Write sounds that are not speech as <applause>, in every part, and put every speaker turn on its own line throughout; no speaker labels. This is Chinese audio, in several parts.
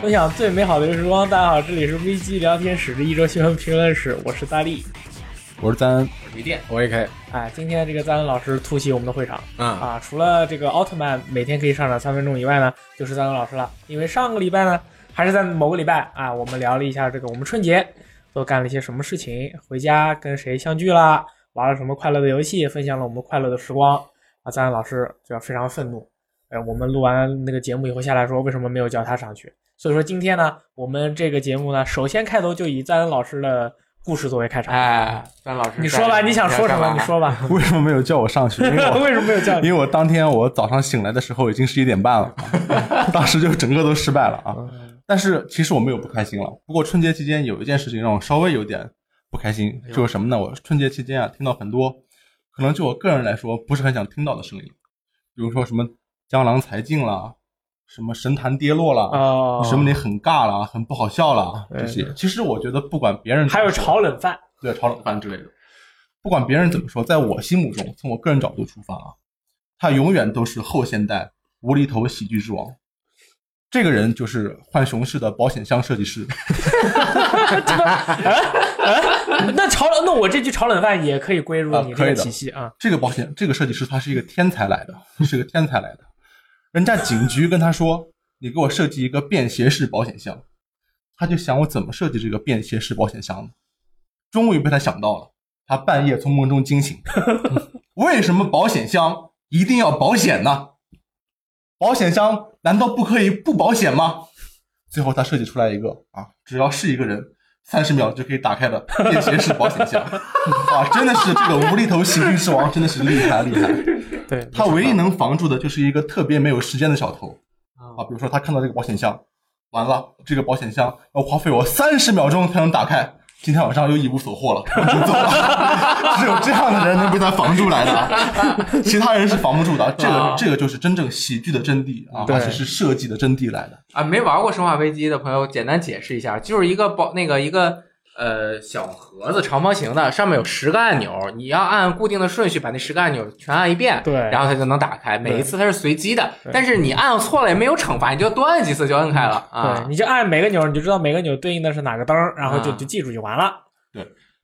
分享最美好的时光。大家好，这里是危机聊天室的一周新闻评论室，我是大力。
我是咱
旅店，
我也可以，
哎，今天这个赞恩老师突袭我们的会场
嗯，
啊！除了这个奥特曼每天可以上场三分钟以外呢，就是赞恩老师了。因为上个礼拜呢，还是在某个礼拜啊，我们聊了一下这个我们春节都干了一些什么事情，回家跟谁相聚啦，玩了什么快乐的游戏，分享了我们快乐的时光啊！赞恩老师就要非常愤怒，呃，我们录完那个节目以后下来说，为什么没有叫他上去？所以说今天呢，我们这个节目呢，首先开头就以赞恩老师的故事作为开场。
哎，张老师，
你说吧，你想说什么？你说吧。
为什么没有叫我上去？因为我
<laughs> 为什么没有叫
因为？我当天我早上醒来的时候已经十一点半了， <laughs> 当时就整个都失败了啊。但是其实我没有不开心了，不过春节期间有一件事情让我稍微有点不开心，
哎
就是什么呢？我春节期间啊听到很多，可能就我个人来说不是很想听到的声音，比如说什么江郎才尽啦，什么神坛跌落啦，
哦，
什么你很尬啦，很不好笑啦这些。其实我觉得不管别 <laughs> 人怎么
哎还有
说
炒冷饭， <laughs>
对炒冷饭之类的。不管别人怎么说，在我心目中，从我个人角度出发啊，他永远都是后现代无厘头喜剧之王。这个人就是浣熊市的保险箱设计师，
啊那炒那我这句炒冷饭也可以归入
啊
你这
可以
个
的
体系啊。
这个保险这个设计师他是一个天才来的，是个天才来的。人家警局跟他说：“你给我设计一个便携式保险箱。”他就想我怎么设计这个便携式保险箱呢？终于被他想到了。他半夜从梦中惊醒， <laughs> 为什么保险箱一定要保险呢？保险箱难道不可以不保险吗？最后他设计出来一个啊，只要是一个人，三十秒就可以打开的便携式保险箱啊，真的是这个无厘头喜剧之王，真的是厉害厉害。
对，
他唯一能防住的就是一个特别没有时间的小偷啊，比如说他看到这个保险箱，完了这个保险箱要花费我三十秒钟才能打开，今天晚上又一无所获了，我就走了。 <laughs> 只有这样的人能被他防住来的啊，其他人是防不住的。这个
啊
这个就是真正喜剧的真谛啊，
对
而且是设计的真谛来的。
啊，没玩过《生化危机》的朋友，简单解释一下，就是一个包那个一个呃小盒子，长方形的，上面有十个按钮，你要按固定的顺序把那十个按钮全按一遍，
对
然后它就能打开。每一次它是随机的
对，
但是你按错了也没有惩罚，你就多按几次就摁开了
对，
啊。
你就按每个钮，你就知道每个钮对应的是哪个灯，然后就
啊
就记住就完了。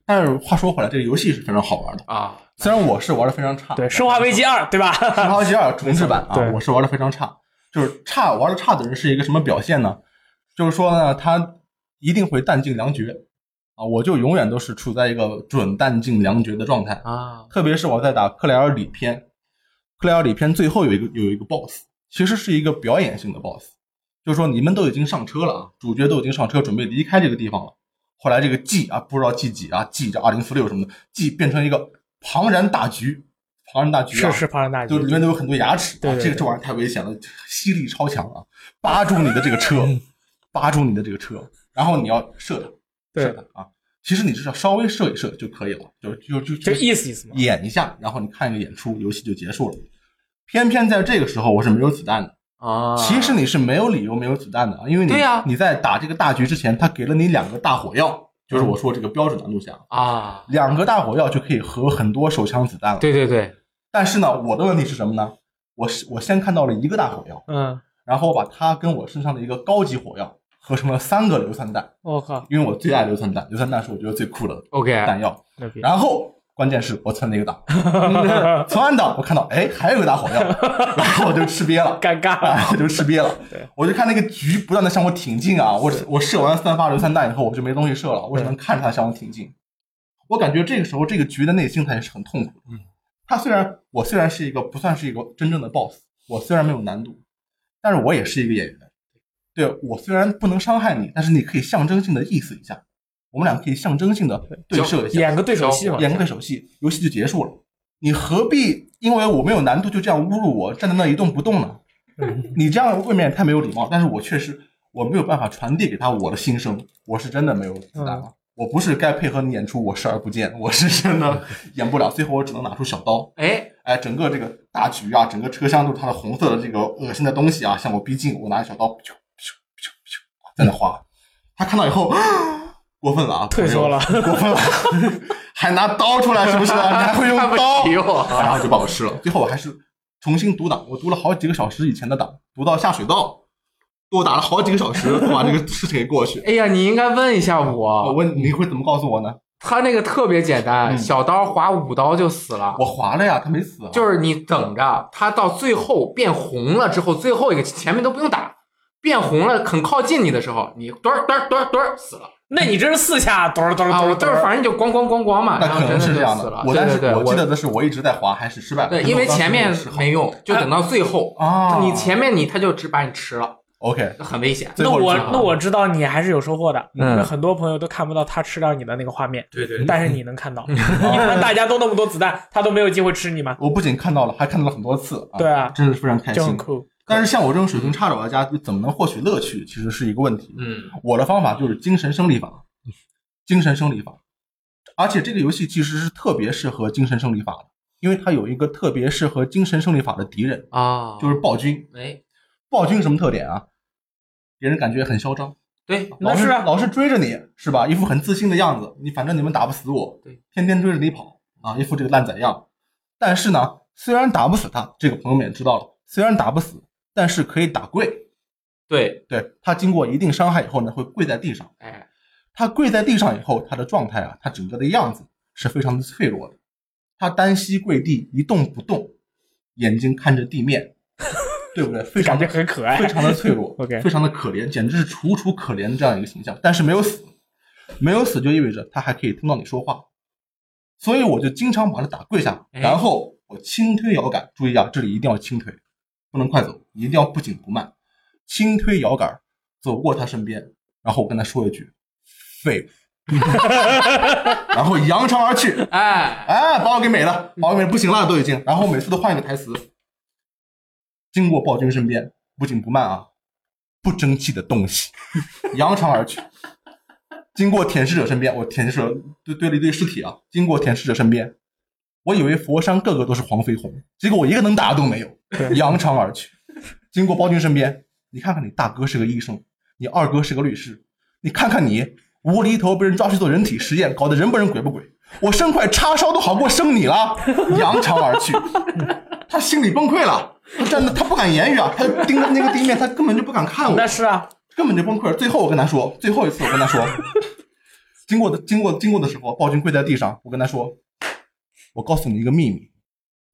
但是话说回来，这个游戏是非常好玩的，
啊，
虽然我是玩的非常差，
对，《生化危机二》对吧？
《生化危机二》重置版
没错对
啊，我是玩的非常差，就是差玩的差的人是一个什么表现呢？就是说呢，他一定会弹尽粮绝啊，我就永远都是处在一个准弹尽粮绝的状态。
啊，
特别是我在打克莱尔里篇，克莱尔里篇最后有一个有一个 BOSS，其实是一个表演性的 BOSS，就是说你们都已经上车了啊，主角都已经上车准备离开这个地方了。后来这个 G 啊，不知道 G 几啊，G 这二零四六什么的，G 变成一个庞然大局，庞然大局啊，
是是庞然大
就
吉
里。面都有很多牙齿，
对对
啊、这个
对
这玩意儿太危险了，吸力超强啊！扒住你的这个
<laughs>
车，扒住你的这个车，然后你要射它，
对，
射它啊！其实你只要稍微射一射就可以了，就就就
就意思意思嘛。
演一下，然后你看一个演出，游戏就结束了。偏偏在这个时候，我是没有子弹的。
啊，
其实你是没有理由没有子弹的啊，因为你、
对呀
你在打这个大局之前，他给了你两个大火药，
嗯
就是我说这个标准难度下，
啊，
两个大火药就可以合很多手枪子弹了。
对对对，
但是呢，我的问题是什么呢？我是我先看到了一个大火药，
嗯，
然后我把它跟我身上的一个高级火药合成了三个硫酸弹，
我靠，
因为我最爱硫酸弹，硫酸弹是我觉得最酷的
OK
弹药。
牛逼！
然后关键是我存了一个档， <laughs> 嗯存完档我看到哎还有一个大火药，然后啊我就吃瘪了。
尴尬
然
了。
后我就吃瘪了
对，
我就看那个局不断的向我挺进啊！我我射完三发硫酸弹以后，我就没东西射了，我只能看着它向我挺进。我感觉这个时候这个局的内心才是很痛苦的。他虽然我虽然是一个不算是一个真正的 boss，我虽然没有难度，但是我也是一个演员。对我虽然不能伤害你，但是你可以象征性的意思一下，我们俩可以象征性的对射一下，
演个对手戏嘛，
演个对手戏，游戏就结束了。你何必因为我没有难度就这样侮辱我，站在那一动不动呢？
嗯
你这样未免也太没有礼貌。但是我确实我没有办法传递给他我的心声，我是真的没有子弹了。我不是该配合你演出，我视而不见，我是真的演不了。最后我只能拿出小刀，
哎，
哎，整个这个大局啊，整个车厢都是他的红色的这个恶心的东西啊，向我逼近。我拿小刀，咻咻咻咻，在那划。他看到以后，过分了啊，
退缩了
朋友，过分了， <laughs> 还拿刀出来是
<laughs>
不是？你还会用
看不
刀？
起我
然后就把我吃了。最后我还是重新读档，我读了好几个小时以前的档，读到下水道，给我打了好几个小时，才把这个事情给过去。 <laughs>
哎呀，你应该问一下
我
我，
问你会怎么告诉我呢？
他那个特别简单，
嗯
小刀划五刀就死了。
我划了呀，他没死啊。
就是你等着他到最后变红了之后，最后一个前面都不用打，变红了很靠近你的时候，你墩儿墩儿墩儿墩儿死了
那你这是四下咚儿咚儿
啊！
咚儿
我就
咚
是
儿，
反正就咣咣咣咣嘛，
那
然后
可能
真
是
的
这
就
样
死
的
了。。
我
对
但
对
是
对，
我记
我
得的是我一直在滑，还是失败了。
对，
但是
因
我
为
当时
前面
我是
没用，就等到最后，
啊，
你前面你他就只把你吃了，
OK，
很危险。
最
那
后
我
是这样
那我知道你还是有收获的，
嗯
因为很多朋友都看不到他吃掉你的那个画面，
对对
但是你能看到，一般大家都那么多子弹，他都没有机会吃你嘛，
我不仅看到了，还看到了很多次。
对啊
真的是非常开
就很
心。
酷。
但是像我这种水平差的玩家，就怎么能获取乐趣，其实是一个问题。
嗯，
我的方法就是精神胜利法，精神胜利法。而且这个游戏其实是特别适合精神胜利法的，因为它有一个特别适合精神胜利法的敌人，
啊，
就是暴君。
哎，
暴君什么特点啊？给人感觉很嚣张，
对，
那
老
是
是
啊
老是追着你，是吧？一副很自信的样子，你反正你们打不死我
对，
天天追着你跑啊，一副这个烂仔样。但是呢，虽然打不死他，这个朋友们也知道了，虽然打不死，但是可以打跪。
对，
对他经过一定伤害以后呢，会跪在地上。
哎，
他跪在地上以后，他的状态啊，他整个的样子是非常的脆弱的。他单膝跪地，一动不动，眼睛看着地面， <laughs> 对不对？非常
感
的
觉很可爱
非，常的脆弱
OK
非常的可怜，简直是楚楚可怜的这样一个形象。但是没有死，没有死就意味着他还可以听到你说话，所以我就经常把他打跪下，
哎
然后我轻推摇杆，注意啊，这里一定要轻推，不能快走，你一定要不紧不慢，轻推摇杆走过他身边，然后我跟他说一句“废物”， <laughs> 然后扬长而去。
哎，
哎，把我给美了，把我给美不行了，都已经。然后每次都换一个台词。经过暴君身边，不紧不慢啊，不争气的东西， <laughs> 扬长而去。经过舔舐者身边，我舔舐者堆堆了一堆尸体啊。经过舔舐者身边，我以为佛山个个都是黄飞鸿，结果我一个能打的都没有
对，
<laughs> 扬长而去。经过暴君身边，你看看你大哥是个医生，你二哥是个律师，你看看你无厘头被人抓去做人体实验，搞得人不人鬼不鬼。我生块叉烧都好过生你了，扬长而去。他心里崩溃了，他真的他不敢言语啊，他盯着那个地面，他根本就不敢看
<laughs>
我
那，是啊，
根本就崩溃了。最后我跟他说， <laughs> 最后一次我跟他说，经过的经过经过的时候，暴君跪在地上，我跟他说，我告诉你一个秘密，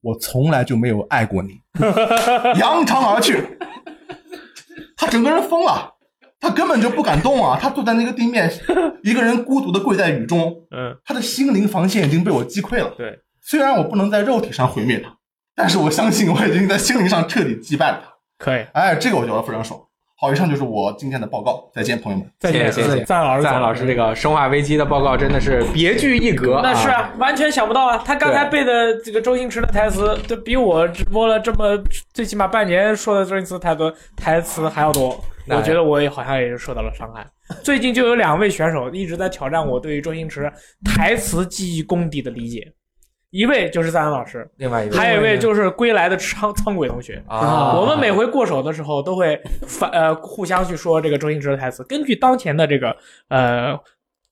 我从来就没有爱过你，扬长而去。他整个人疯了，他根本就不敢动啊，他坐在那个地面，一个人孤独的跪在雨中，
嗯，
他的心灵防线已经被我击溃了。
对，
虽然我不能在肉体上毁灭他，但是我相信我已经在心灵上彻底击败了他。
可以，
哎，这个我觉得非常爽。好，以上就是我今天的报告，再见，朋友们。
再见，
谢谢谢谢
赞老师，
赞老师这个《生化危机》的报告真的是别具一格，
那是啊，完全想不到啊！他刚才背的这个周星驰的台词，都比我直播了这么最起码半年说的周星驰台词台词还要多。
那
我觉得我也好像也是受到了伤害。最近就有两位选手一直在挑战我对于周星驰台词记忆功底的理解，一位就是赞恩老师，
另外一个，
还有一位就是归来的苍苍鬼同学。
啊，
我们每回过手的时候，都会反呃互相去说这个周星驰的台词。根据当前的这个呃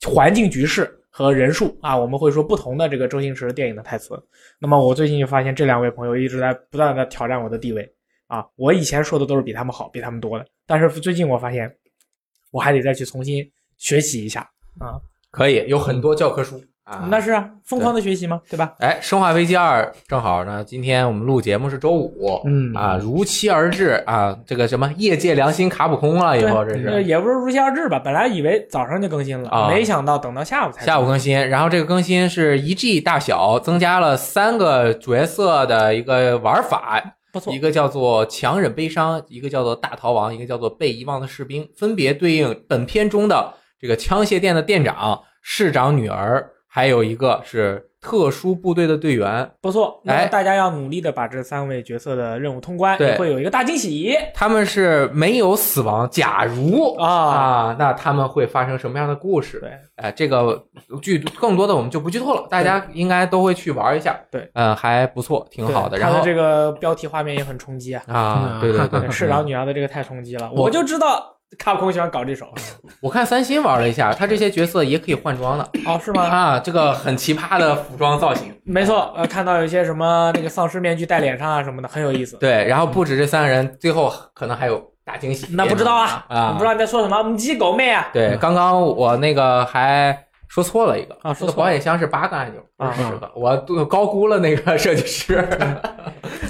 环境局势和人数啊，我们会说不同的这个周星驰电影的台词。那么我最近就发现这两位朋友一直在不断的挑战我的地位啊。我以前说的都是比他们好、比他们多的，但是最近我发现我还得再去重新学习一下。
可以有很多教科书啊。
那是啊，疯狂的学习嘛，对吧？
哎，《生化危机二》正好呢，今天我们录节目是周五，
嗯
啊，如期而至啊，这个什么业界良心卡普空了，以后这
对，呃
是
也不是如期而至吧。本来以为早上就更新了，
啊
没想到等到下午才
下午更新，然后这个更新是一 G 大小，增加了三个角色的一个玩法，
不错
一。个叫做强忍悲伤，一个叫做大逃亡，一个叫做被遗忘的士兵，分别对应本片中的这个枪械店的店长、市长女儿，还有一个是特殊部队的队员。
不错，那
哎
么大家要努力的把这三位角色的任务通关，
对
也会有一个大惊喜
他们是没有死亡，假如
啊！
啊，那他们会发生什么样的故事？
对，
哎，这个剧更多的我们就不剧透了，大家应该都会去玩一下。
对，
嗯，还不错，挺好的。
对
然
他的
后
这个标题画面也很冲击啊！
<laughs> 啊，
<laughs>
对对对，
市长女儿的这个太冲击了，
我
我就知道卡普空喜欢搞这
<laughs>
手
我看三星玩了一下，他这些角色也可以换装
<laughs>
的
哦，是吗？
啊，这个很奇葩的服装造型。
没错，呃，看到有些什么那个丧尸面具戴脸上啊什么的，很有意思。
对，然后不止这三个人，最后可能还有大惊喜。
那不知道啊，
啊
我不知道你在说什么，母鸡狗妹啊，
对，
嗯
刚刚我那个还说错了一个
啊说错
那
了
个保险箱是八个按钮，不
啊
是十个，我都高估了那个设计师。 <laughs>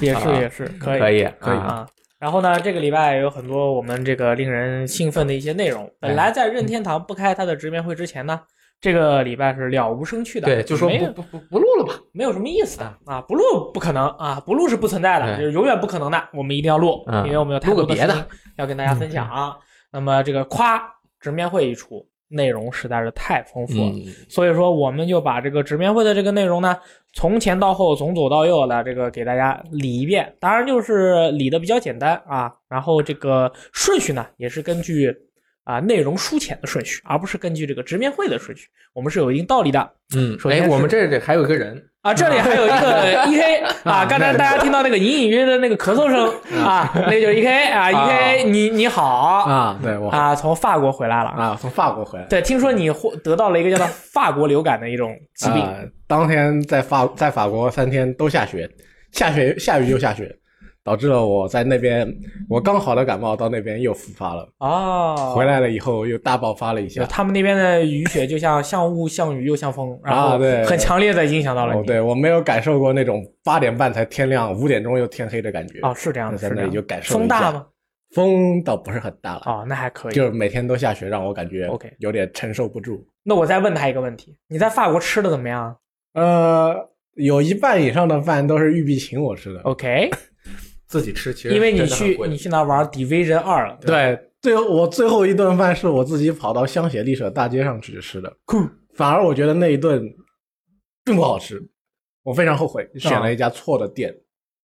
也是
啊
也是
<laughs>
可以
可以
可以啊。然后呢，这个礼拜也有很多我们这个令人兴奋的一些内容。
哎
本来在任天堂不开它的直面会之前呢，这个礼拜是了无生趣的，
对，就说
没
不
有
不不不录了吧。
没有什么意思的
啊
啊，不录不可能啊，不录是不存在的，
对
就是永远不可能的。我们一定要录，
嗯
因为我们有太
录
多
个
的
别的
事情要跟大家分享
<laughs>
啊。那么这个夸直面会一出，内容实在是太丰富了。
嗯，
所以说，我们就把这个直面会的这个内容呢，从前到后，从左到右的这个给大家理一遍。当然就是理的比较简单啊，然后这个顺序呢，也是根据啊、内容疏浅的顺序，而不是根据这个直面会的顺序。我们是有一定道理的
嗯，
首先
哎，
是
我们这里还有一个人，
啊。这里还有一 <laughs> 个 E K 啊，刚才大家听到那个隐隐约约的那个咳嗽声啊， <laughs> 那就是 E K 啊，E
啊
K 你你好
啊
对我
啊，从法国回来了。
啊，从法国回来。
对，听说你获得到了一个叫做法国流感的一种疾病。
啊当天在法在法国三天都下雪，下雪下雨又下雪，导致了我在那边我刚好的感冒，到那边又复发了。
哦，
回来了以后又大爆发了一
就
下。
他们那边的雨雪就像像雾像雨又像风，然后
啊对
很强烈的影响到了
哦，
你。
对我没有感受过那种八点半才天亮，五点钟又天黑的感觉。
哦，是这样的，
在
是这
那
样
里就
的。
感受了
风
一下
大？吗？
风倒不是很大了，
哦，那还可以。
就是每天都下雪，让我感觉
OK
有点承受不住。
那我再问他一个问题：你在法国吃的怎么样
呃，有一半以上的饭都是玉碧请我吃的。
？OK，
自己吃，其实
哦因为你
真的很
去
贵
你去那玩 Division 二了，
对，最后我最后一顿饭是我自己跑到香榭丽舍大街上去吃的，
酷
反而我觉得那一顿并不好吃，我非常后悔选
啊
了一家错的店。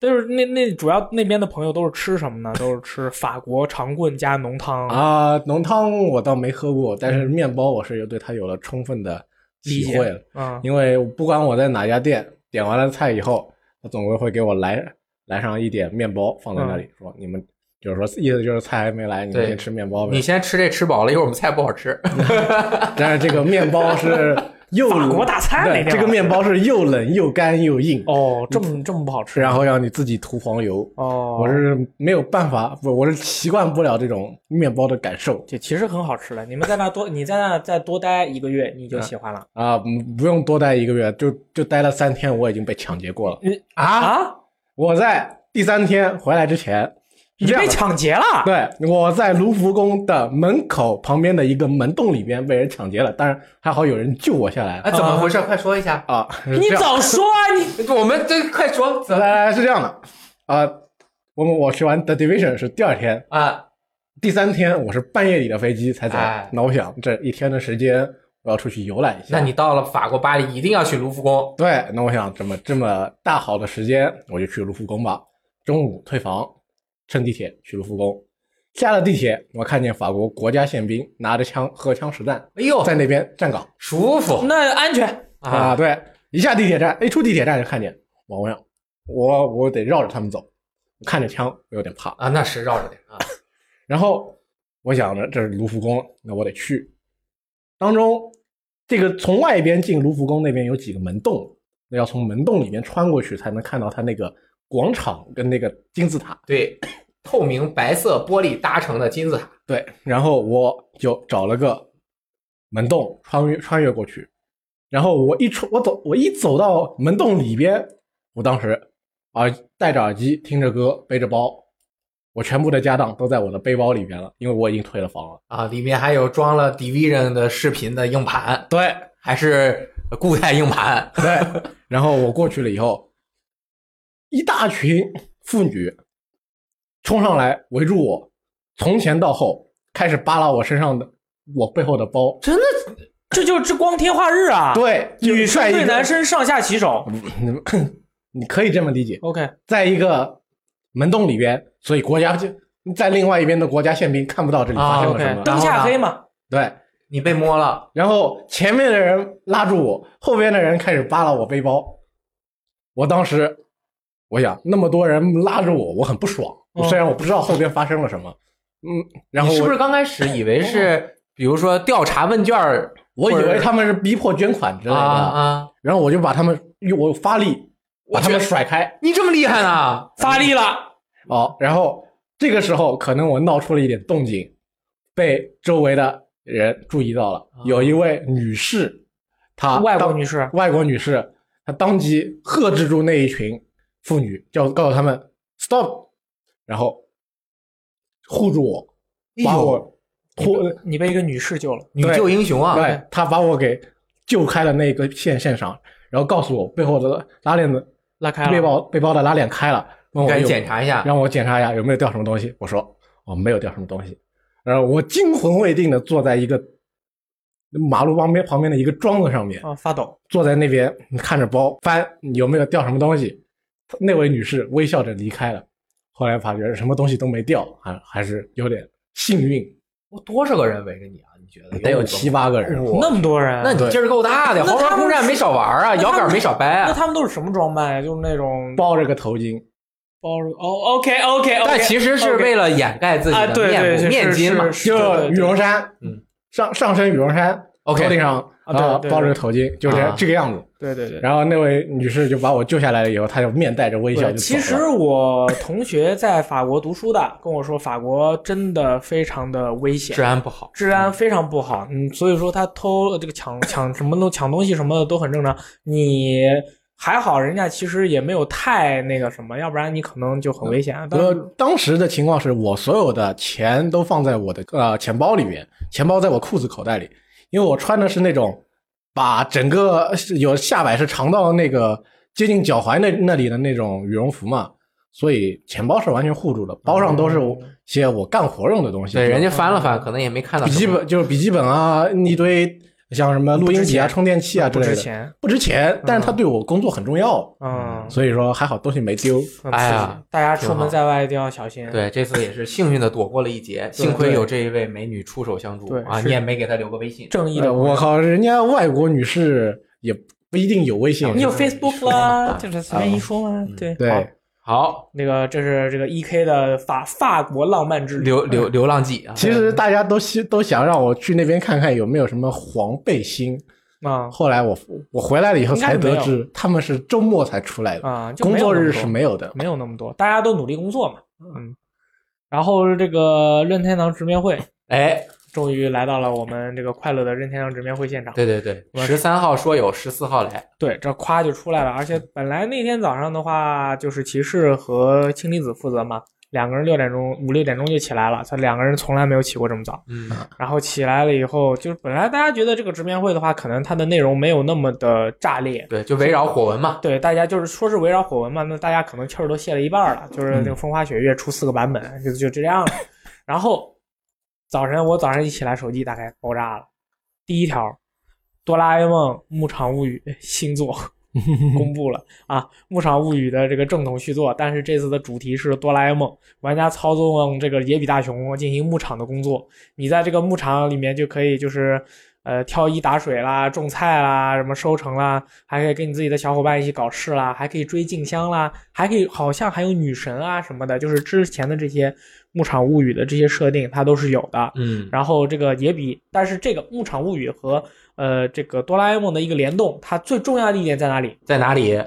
就是那那主要那边的朋友都是吃什么呢？都是吃法国长棍加浓汤。
啊、浓汤我倒没喝过，但是面包我是有对它有了充分的
嗯理
体
解
会了，
嗯，
因为不管我在哪家店点完了菜以后，他总归会给我来来上一点面包放
嗯
在那里，说你们就是说意思就是菜还没来，你们
对
先吃面包呗
你。先吃这吃饱了，一会儿我们菜不好吃。
但是这个面包是又
法国大餐那
对，
天
这个面包是又冷又干又硬，
哦，这么这么不好吃。
然后让你自己涂黄油。
哦，
啊我是没有办法，不，我是习惯不了这种面包的感受
就其实很好吃的。你们在那多，你在那再多待一个月，你就喜欢了
啊、嗯不用多待一个月，就就待了三天，我已经被抢劫过了。
啊，
啊！
我在第三天回来之前，是
你
这样
被
的。
抢劫了？
对，我在卢浮宫的门口旁边的一个门洞里边被人抢劫了，当然还好有人救我下来
啊
哎，
了
怎么回事？快说
<laughs>
一下。
啊。是
你
这样
早说啊！你
我们这快说，怎
来来来，是这样的，啊、我们我去完 The Division 是第二天，
啊？
第三天我是半夜里的飞机才走
哎，
那我想这一天的时间我要出去游览一下。
那你到了法国巴黎，一定要去卢浮宫。
对，那我想这么这么大好的时间，我就去卢浮宫吧。中午退房，乘地铁去卢浮宫。下了地铁，我看见法国国家宪兵拿着枪荷枪实弹
哎呦，
在那边站岗
舒服
那安全
啊！
啊！
对，一下地铁站，一出地铁站就看见，我我想我我得绕着他们走，我看着枪我有点怕。
啊，那是绕着点啊。
然后我想着这是卢浮宫，那我得去。当中，这个从外边进卢浮宫那边有几个门洞，那要从门洞里面穿过去才能看到它那个广场跟那个金字塔。
对，透明白色玻璃搭成的金字塔。
对，然后我就找了个门洞穿越穿越过去，然后我一出我走我一走到门洞里边，我当时耳戴着耳机听着歌，背着包，我全部的家当都在我的背包里边了，因为我已经退了房了。
啊，里面还有装了 Division 的视频的硬盘，
对，
还是固态硬盘。
<laughs> 对，然后我过去了以后，一大群妇女冲上来围住我，从前到后开始扒拉我身上的我背后的包。
真的，这就是之光天化日啊！，
对，
女生
帅一
对
个
男，生上下其手。
你可以这么理解，
OK，
在一个门洞里边，所以国家就在另外一边的国家宪兵看不到这里发生了什
啊
么。
，OK
灯下黑嘛，
对，
你被摸了，
然后前面的人拉住我，后边的人开始扒拉我背包。我当时，我想那么多人拉着我，我很不爽。
嗯
虽然我不知道后边发生了什么，嗯，然后
哦你是
我
不是刚开始以为是，比如说调查问卷儿
我以为他们是逼迫捐款之类
啊
的，
啊？
然后我就把他们，我发力把他们甩开。
你这么厉害呢？
发力了。
哦，然后这个时候可能我闹出了一点动静，被周围的人注意到了。
啊
有一位女士，她
外国
当
女士
外国女士，她当即喝止住那一群妇女，叫告诉他们 stop，然后护住我，
哎
把我拖，
你被一个女士救了，
女救英雄啊，
对他把我给救开了那个线线上，然后告诉我背后的拉链的
拉开
背
了。
包背包的拉链开了，问我
赶紧
有
检查一下。
让我检查一下有没有掉什么东西。我说我没有掉什么东西，然后我惊魂未定的坐在一个马路旁边旁边的一个桩子上面，
啊，发抖，
坐在那边看着包翻有没有掉什么东西。那位女士微笑着离开了，后来发觉什么东西都没掉，还还是有点幸运，
我多少个人围着你啊？你觉得
得有
五个
七八个人。
那么多人，啊
那你劲儿够大的，
那
黄
他
河
们
空战没少玩啊，
那
摇
他们
杆没少掰
那
啊。
他们都是什么装扮呀？就是那种
包着个头巾，
包着哦，OK OK，
但其实是为了掩盖自己
啊，
的
对
面
对
部
对，
面巾嘛。
是
就羽绒
是
衫，
嗯，
上上身羽绒衫，头
OK，
顶上
啊对
呃
对
包着个头巾，就这
啊
样这个样子。
对对对对。
然后那位女士就把我救下来了以后，她就面带着微笑就
对，
走
其
了。
实我同学在法国读书的，跟我说法国真的非常的危险，
治安不好。
治安非常不好，嗯，所以说他偷呃这个抢 <coughs> 抢什么东抢东西什么的都很正常。你还好，人家其实也没有太那个什么，要不然你可能就很危险。但
呃，当时的情况是我所有的钱都放在我的呃钱包里面，钱包在我裤子口袋里，因为我穿的是那种把整个是有下摆是长到那个接近脚踝那那里的那种羽绒服嘛，所以钱包是完全护住的，包上都是
哦
我一些我干活用的东西。
对，人家翻了翻，可能也没看到
笔记
什么
本就是笔记本啊，一堆像什么录音笔啊、
不值钱
充电器啊之
不
类
值
的，
钱，
不值钱，但是它对我工作很重要，
嗯，
所以说还好东西没丢。
很
哎呀
刺激，大家出
挺好
门在外一定要小心。
对，这次也是幸运的躲过了一劫，幸亏有这一位美女出手相助
对
啊！
是
你也没给她留个微信，
正义
呃
的，
我靠，人家外国女士也不一定有微信
啊，
你有啊
就是
Facebook
说嘛
啦，就是随便一说嘛，对好
哎嗯对，
好，
那个这是这个 E K 的法法国浪漫之旅，
流流流浪记啊，
其实大家都希都想让我去那边看看有没有什么黄背心，
啊
后来我我回来了以后才得
应该是没
知他们是周末才出来的，
啊，就
工
没有
作
那么
日
多
是没有的。
没有那么多，大家都努力工作嘛，嗯。然后这个任天堂直面会
哎，
终于来到了我们这个快乐的任天堂直面会现场，
对对对，
我
十三号说有，十四号来，
对，这夸就出来了。而且本来那天早上的话，就是骑士和氢离子负责嘛，两个人六点钟五六点钟就起来了，他两个人从来没有起过这么早。
嗯，
然后起来了以后，就是本来大家觉得这个直面会的话，可能它的内容没有那么的炸裂，
对，就围绕火纹嘛，
对，大家就是说是围绕火纹嘛，那大家可能气儿都泄了一半儿了，就是那个风花雪月出四个版本，就就这样了。然后早晨我早上一起来，手机打开爆炸了，第一条，《哆啦 A 梦牧场物语》 <laughs> 新作公布了啊，《牧场物语》的这个正统续作，但是这次的主题是哆啦 A 梦，玩家操纵这个野比大雄进行牧场的工作，你在这个牧场里面就可以就是。呃，挑衣打水啦，种菜啦，什么收成啦，还可以跟你自己的小伙伴一起搞事啦，还可以追静香啦，还可以好像还有女神啊什么的，就是之前的这些《牧场物语》的这些设定，它都是有的。
嗯，
然后这个也比，但是这个《牧场物语》和呃这个哆啦 A 梦的一个联动，它最重要的一点在哪里？
在哪里？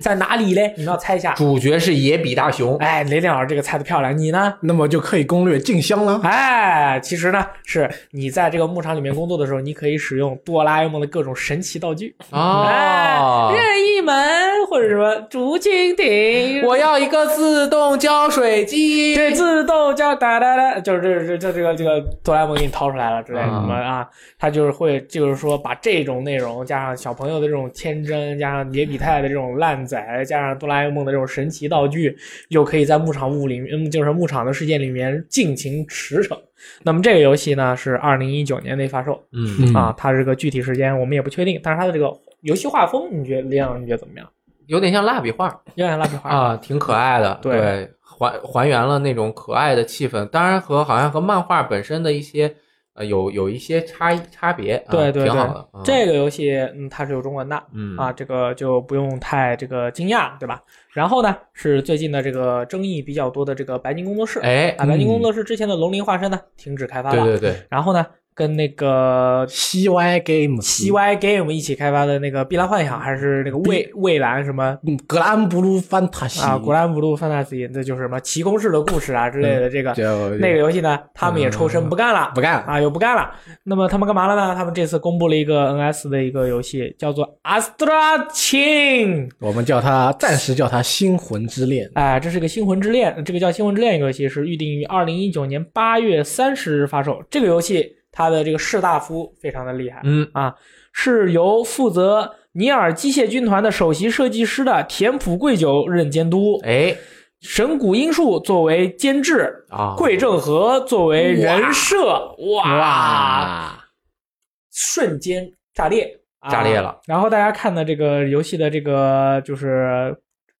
在哪里嘞？你们要猜一下。
主角是野比大雄，
哎，雷电老师这个猜的漂亮，你呢？
那么就可以攻略静香了。
哎，其实呢，是你在这个牧场里面工作的时候，你可以使用哆啦 A 梦的各种神奇道具。
哦
哎，任意门或者什么竹蜻
<laughs>
蜓，
我要一个自动浇水机，
对自动叫哒哒哒，就是这这这这个这个哆啦 A 梦给你掏出来了之类的
啊
什么啊，他就是会就是说把这种内容加上小朋友的这种天真，加上野比泰的这种烂仔，加上哆啦 A 梦的这种神奇道具，又可以在牧场物里面，嗯就是牧场的世界里面尽情驰骋。那么这个游戏呢是二零一九年内发售，
嗯，
啊，它这个具体时间我们也不确定，但是它的这个游戏画风，你觉得李阳你觉得怎么样？
有点像蜡笔画，
有点蜡笔画，
啊，挺可爱的，
对
还还原了那种可爱的气氛。当然和好像和漫画本身的一些呃有有一些差异差别，啊、
对对
挺
对
好的。嗯、
这个游戏嗯它是有中文的
嗯
啊，这个就不用太这个惊讶，对吧？然后呢是最近的这个争议比较多的这个白金工作室，
哎，
啊，白金工作室之前的龙鳞化身呢停止开发
对
了，
对对，
然后呢。跟那个
，CY Games，
CY Game 一起开发的那个《碧蓝幻想》，还是那个蔚蔚蓝什么
嗯格兰布鲁范塔西
啊，《古兰布鲁 Fantasy》，这就是什么《奇公式的故事啊》之类
嗯
的这个
就
那个游戏呢，他们也抽身不干了
不干了，
啊，又不干了。那么他们干嘛了呢？他们这次公布了一个 NS 的一个游戏，叫做《Astra Chain》。
我们叫它暂时叫它星魂之恋，
哎，这是一个《星魂之恋》，这个叫《星魂之恋》一个游戏是预定于二零一九年八月三十日发售。这个游戏它的这个士大夫非常的厉害，
嗯
啊，是由负责尼尔机械军团的首席设计师的田浦贵久任监督，
哎
神谷英树作为监制，
啊，
桂正和作为人设，哇，啊
哇，
瞬间炸裂，啊
炸裂了。
然后大家看的这个游戏的这个就是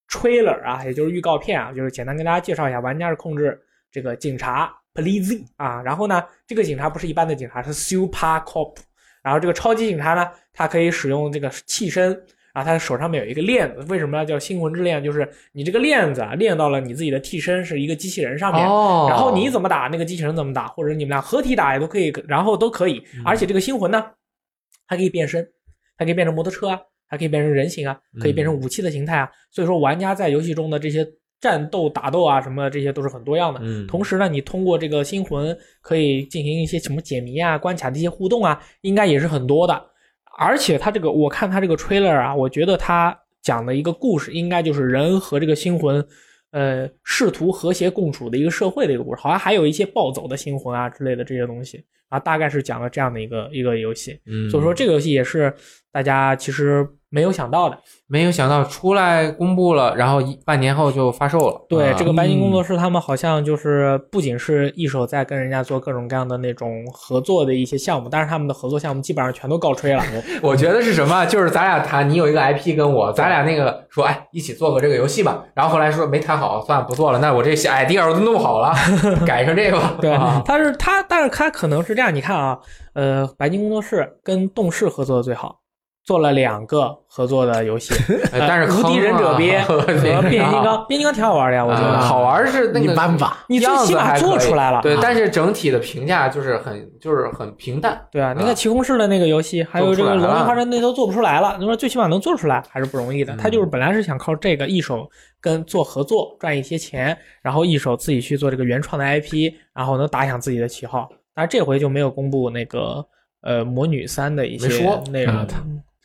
trailer 啊，也就是预告片啊，就是简单跟大家介绍一下，玩家是控制这个警察 police 啊，然后呢，这个警察不是一般的警察，是 super cop，然后这个超级警察呢，他可以使用这个替身。然后他手上面有一个链子，为什么要叫星魂之链？就是你这个链子啊，链到了你自己的替身是一个机器人上面，
哦，
然后你
么
怎么打，那个机器人怎么打，或者你们俩合体打也都可以，然后都可以。而且这个星魂呢，它可以变身，它可以变成摩托车啊，它可以变成人形啊，可以变成武器的形态啊。所以说，玩家在游戏中的这些战斗、打斗啊什么的，这些都是很多样的。
嗯
同时呢，你通过这个星魂可以进行一些什么解谜啊、关卡的一些互动啊，应该也是很多的。而且它这个，我看它这个 trailer 啊，我觉得它讲的一个故事，应该就是人和这个星魂，呃，试图和谐共处的一个社会的一个故事。好像还有一些暴走的星魂啊之类的这些东西啊，大概是讲了这样的一个一个游戏。
嗯
所以说这个游戏也是大家其实没有想到的。
没有想到出来公布了，然后一半年后就发售了。
对，
啊
这个白金工作室他们好像就是不仅是一手在跟人家做各种各样的那种合作的一些项目，但是他们的合作项目基本上全都告
<laughs>
吹了。
我觉得是什么？就是咱俩谈，你有一个 IP 跟我，咱俩那个说，哎，一起做个这个游戏吧。然后后来说没谈好，算了，不做了。那我这些 idea 我都弄
<laughs>
好了，改成这个吧。
对
啊，
但是他但是他可能是这样，你看啊，呃，白金工作室跟动视合作的最好，做了两个合作的游戏，
哎 <laughs> 但是
呃无敌忍者
<laughs>
别
和
和变形金刚，变形金刚挺好玩的呀，我觉得。
啊好玩是那
一
个
般吧，
你最
样
起
子
码
还可
做
以
出来了
对
啊，
但是整体的评价就是很就是很平淡。
对啊，那个
啊
奇空式的那个游戏，还有这个《
做不出来
龙
了
与花神》那都做不出来了。你说最起码能做出来还是不容易的。
嗯
他就是本来是想靠这个一手跟做合作赚一些钱，然后一手自己去做这个原创的 IP，然后能打响自己的旗号。但是这回就没有公布那个呃《魔女三》的一些
没说
内容嗯
啊。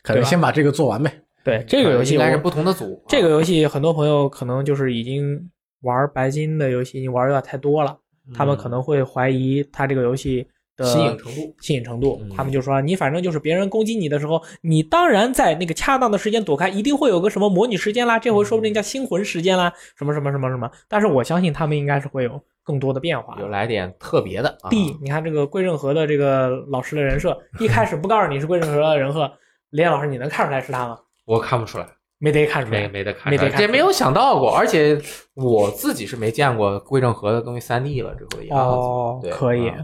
可能先把这个做完呗。
对这个游戏
啊
我，
应该是不同的组。啊
这个游戏很多朋友可能就是已经玩白金的游戏，已经玩的有点太多了，他们可能会怀疑他这个游戏的
新嗯颖程度。
吸引程度
嗯，
他们就说啊你反正就是别人攻击你的时候，你当然在那个恰当的时间躲开，一定会有个什么魔女时间啦，这回说不
嗯
定叫星魂时间啦，什么什么什么什么。但是我相信他们应该是会有更多的变化。
有来点特别的啊
D，你看这个桂正和的这个老师的人设，一开始不告诉你是桂正和的人设，李岩老师你能看出来是他吗？
我看不出来，
没得看出
没
来，
没得看出来，
没得看出来
这没有想到过，而且我自己是没见过归正和的东西三 D 了之后的样子。
哦
对，
可以
嗯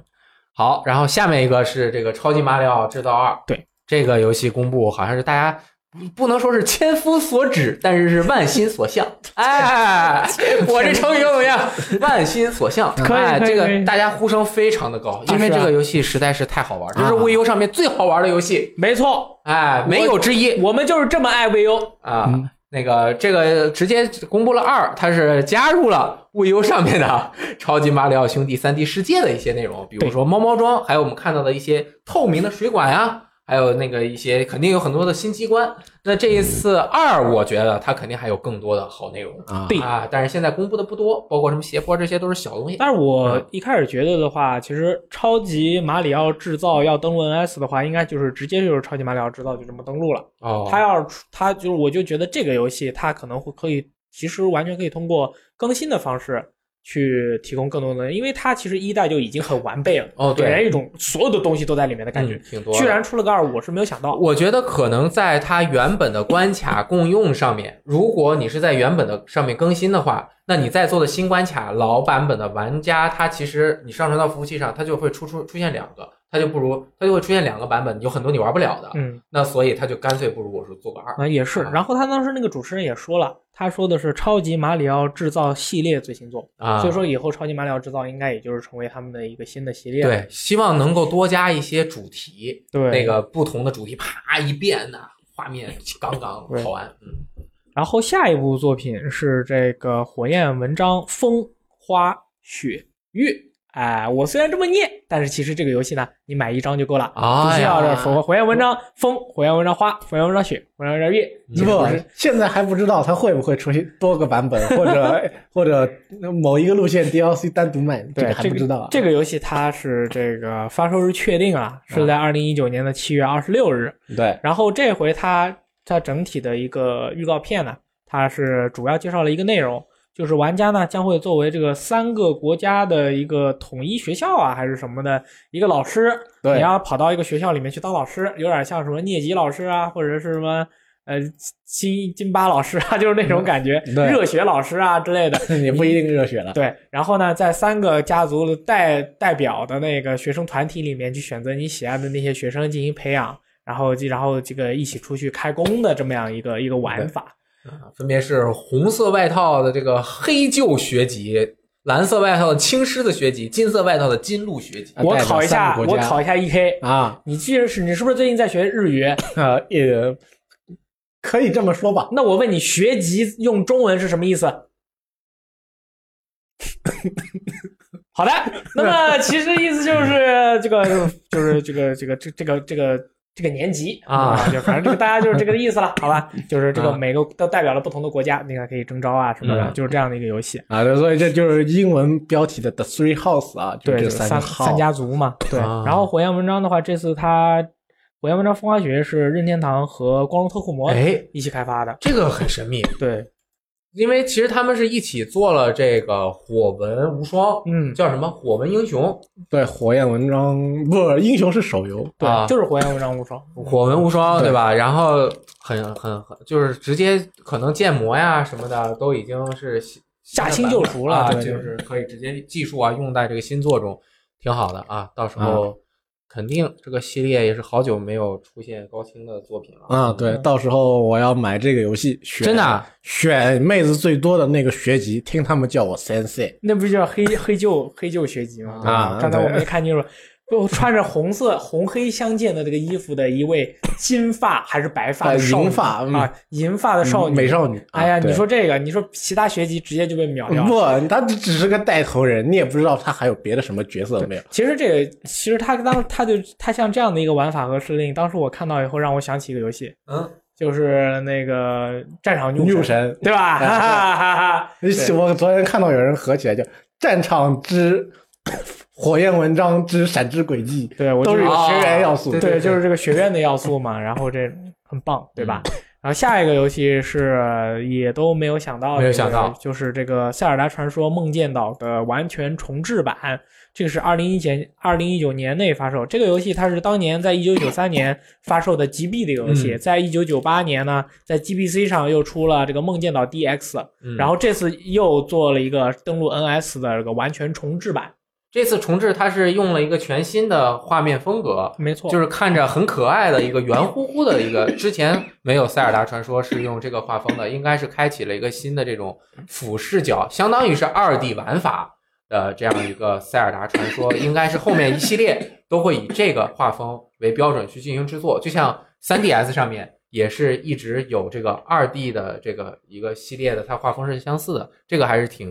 好，然后下面一个是这个《超级马里奥制造二》，
对
这个游戏公布，好像是大家不不能说是千夫所指，但是是万心
<laughs>
所向。哎，我这成语用怎么样？万心所向。
可以
哎
可以
这
可以
个大家呼声非常的高，因为
是啊
这个游戏实在是太好玩了，这是
啊
VU 上面最好玩的游戏，
没错，
哎，没有之一。
我们就是这么爱 VU，
啊，
嗯
那个这个直接公布了二，它是加入了 VU 上面的超级马里奥兄弟三 D 世界的一些内容，比如
对
说猫猫装，还有我们看到的一些透明的水管呀、还有那个一些肯定有很多的新机关。那这一次二，我觉得它肯定还有更多的好内容
啊
对
啊，但是现在公布的不多，包括什么斜坡这些都是小东西。
但是我
嗯
一开始觉得的话，其实超级马里奥制造要登录 NS 的话，应该就是直接就是超级马里奥制造就这么登录了。
哦，
它要是出它就是，我就觉得这个游戏它可能会可以，其实完全可以通过更新的方式去提供更多的，因为它其实一代就已经很完备了，
哦对
给人一种所有的东西都在里面的感觉
嗯。挺多的，
居然出了个二，我是没有想到。
我觉得可能在它原本的关卡共用上面，如果你是在原本的上面更新的话，那你在做的新关卡老版本的玩家，他其实你上传到服务器上，它就会出出出现两个，它就不如它就会出现两个版本，有很多你玩不了的，
嗯，
那所以它就干脆不如我说做个二。
啊也是。然后他当时那个主持人也说了，他说的是《超级马里奥制造系列》最新作，
啊，
所以说以后《超级马里奥制造》应该也就是成为他们的一个新的系列了。
对，希望能够多加一些主题，
对，
那个不同的主题啪一变呐、画面杠杠
对
好玩。嗯，
然后下一部作品是这个火焰文章《风花雪月》。哎，我虽然这么念，但是其实这个游戏呢，你买一张就够了，
哎
啊
不需要这火火焰文章风、火焰文章花、火焰文章雪、火焰文章月。
这
不
不
是，
现在还不知道它会不会出现多个
<laughs>
版本，或者或者某一个路线 DLC 单独卖，这
对
个，还不知道啊。
这个这个游戏它是这个发售日确定啊，是在二零一九年的七月二十六日。
<laughs> 对，
然后这回它它整体的一个预告片呢，它是主要介绍了一个内容，就是玩家呢将会作为这个三个国家的一个统一学校啊，还是什么的一个老师，
对
你要跑到一个学校里面去当老师，有点像什么疟疾老师啊，或者是什么。呃，金金巴老师啊，就是那种感觉，
嗯对
热血老师啊之类的，
也不一定热血了。
对，然后呢，在三个家族代代表的那个学生团体里面，去选择你喜爱的那些学生进行培养，然后然后这个一起出去开工的这么样一个一个玩法。
分别是红色外套的这个黑鹫学籍，蓝色外套的青狮子学籍，金色外套的金鹿学籍。
啊
我
代表
考一
三
下，
个国
我
家
考一下 EK，
啊，
你既然是你是不是最近在学日语？
呃，也可以这么说吧。
那我问你，学籍用中文是什么意思？ <laughs> 好的，那么其实意思就是这个，就是这个，这个，这这个，这个。这个年级
啊
就反正这个大家就是这个意思了，好
<laughs>
吧？就是这个
啊
每个都代表了不同的国家，你看可以征招啊什么的，
嗯
就是这样的一个游戏。
啊，对，所以这就是英文标题的 The Three House 啊，就
对，就
这三
三
个号
三家族嘛，对。
啊
然后火焰文章的话，这次它火焰文章风花雪月是任天堂和光荣特库摩
哎，
一起开发的，
这个很神秘，
对，
因为其实他们是一起做了这个火纹无双，
嗯，
叫什么火纹英雄，
对，火焰文章不是英雄是手游，
对，
啊
就是火焰文章无双，
火纹无双
对
对吧？然后很很很就是直接可能建模呀什么的都已经是新
驾轻就熟了
啊
对
就是可以直接技术啊用在这个新作中，挺好的啊。到时候肯定这个系列也是好久没有出现高清的作品了嗯哦
啊，对，
嗯
到时候我要买这个游戏，选
真的啊
选妹子最多的那个学籍，听他们叫我 Sensei
那不就叫黑 <laughs> 黑旧黑旧学籍吗？
啊
刚才
对
我没看清楚，就穿着红色红黑相间的这个衣服的一位金发还是白发
呃
的少女
银发嗯
啊，银发的少女
美。少女。啊
哎呀，
对嗯
你说这个，你说其他学籍直接就被秒掉了。
不，他只是个带头人，你也不知道他还有别的什么角色没有。
其实这个，其实他当他就他像这样的一个玩法和设定，当时我看到以后让我想起一个游戏，
嗯，
就是那个战场女
女
武，
神，
对吧？哈哈哈
<laughs>
哈！对
我昨天看到有人合起来叫《战场之火焰文章之闪之轨迹》，
对，我就
都是有
啊
学员要素。
对嗯
对，就是这个学院的要素嘛， <laughs> 然后这种很棒，对吧？然后下一个游戏是呃也都没有想到，
没有想到
就是这个《塞尔达传说：梦见岛》的完全重置版，这个是二零一前二零一九年内发售。这个游戏它是当年在一九九三年发售的 GB 的游
嗯
戏，在一九九八年呢，在 GBC 上又出了这个《梦见岛 DX》，
嗯
然后这次又做了一个登陆 NS 的这个完全重置版，
这次重置它是用了一个全新的画面风格，
没错，
就是看着很可爱的一个圆乎乎的一个， <laughs> 之前没有《塞尔达传说》是用这个画风的，应该是开启了一个新的这种俯视角，相当于是二 D 玩法的这样一个《塞尔达传说》，应该是后面一系列都会以这个画风为标准去进行制作，就像 3DS 上面。也是一直有这个二 D 的这个一个系列的，它画风是相似的，这个还是挺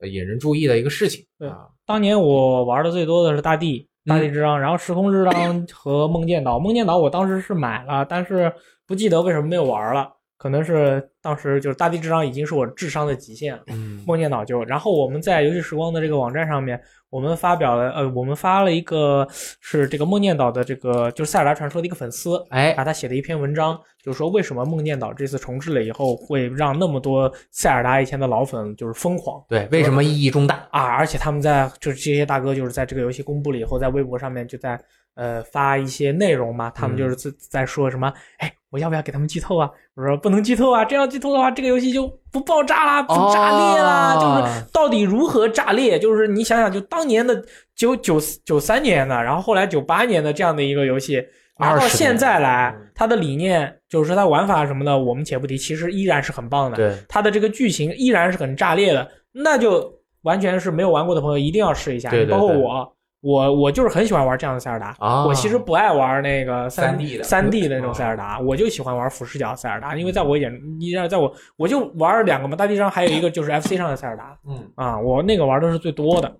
呃引人注意的一个事情
对
啊。
当年我玩的最多的是大地，
嗯
大地之章，然后时空之章和梦见岛。梦见岛我当时是买了，但是不记得为什么没有玩了，可能是当时就是大地之章已经是我智商的极限了。
嗯
梦见岛就，然后我们在游戏时光的这个网站上面，我们发表了，呃，我们发了一个是这个梦见岛的这个就是塞尔达传说的一个粉丝，
哎，
啊，他写了一篇文章，就是说为什么梦见岛这次重置了以后会让那么多塞尔达以前的老粉就是疯狂。
对，为什么意义重大？
啊，而且他们在就是这些大哥就是在这个游戏公布了以后，在微博上面就在呃发一些内容嘛，他们
嗯
就是在在说什么，哎，我要不要给他们剧透啊？我说不能剧透啊，这样剧透的话，这个游戏就不爆炸啦，不炸裂啦，
哦
就是到底如何炸裂？就是你想想，就当年的九九九三年的，然后后来九八年的这样的一个游戏。拿到
20年
现在来
嗯，
它的理念就是说它玩法什么的，我们且不提，其实依然是很棒的。
哦对，
它的这个剧情依然是很炸裂的，那就完全是没有玩过的朋友一定要试一下。
对对
包括
对
我，我我就是很喜欢玩这样的塞尔达。
啊
我其实不爱玩那个三
3D 的啊
三 D 的那种塞尔达，我就喜欢玩俯视角塞尔达，因为在我眼，你知道，在我我就玩两个嘛，大地上还有一个就是 FC 上的塞尔达
嗯，
啊，我那个玩的是最多的。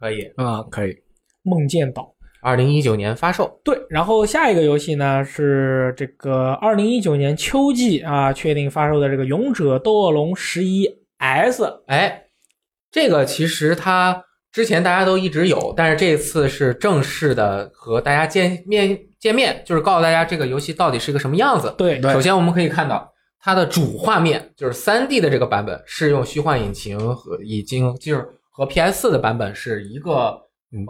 可以。
啊，可以，
梦见岛
二零一九年发售，
对，然后下一个游戏呢是这个二零一九年秋季啊确定发售的这个《勇者斗恶龙十一 S》
哎，这个其实它之前大家都一直有，但是这次是正式的和大家见面见面，就是告诉大家这个游戏到底是个什么样子。
对，
对
首先我们可以看到，它的主画面就是3 D 的这个版本是用虚幻引擎和已经就是和 PS 4的版本是一个、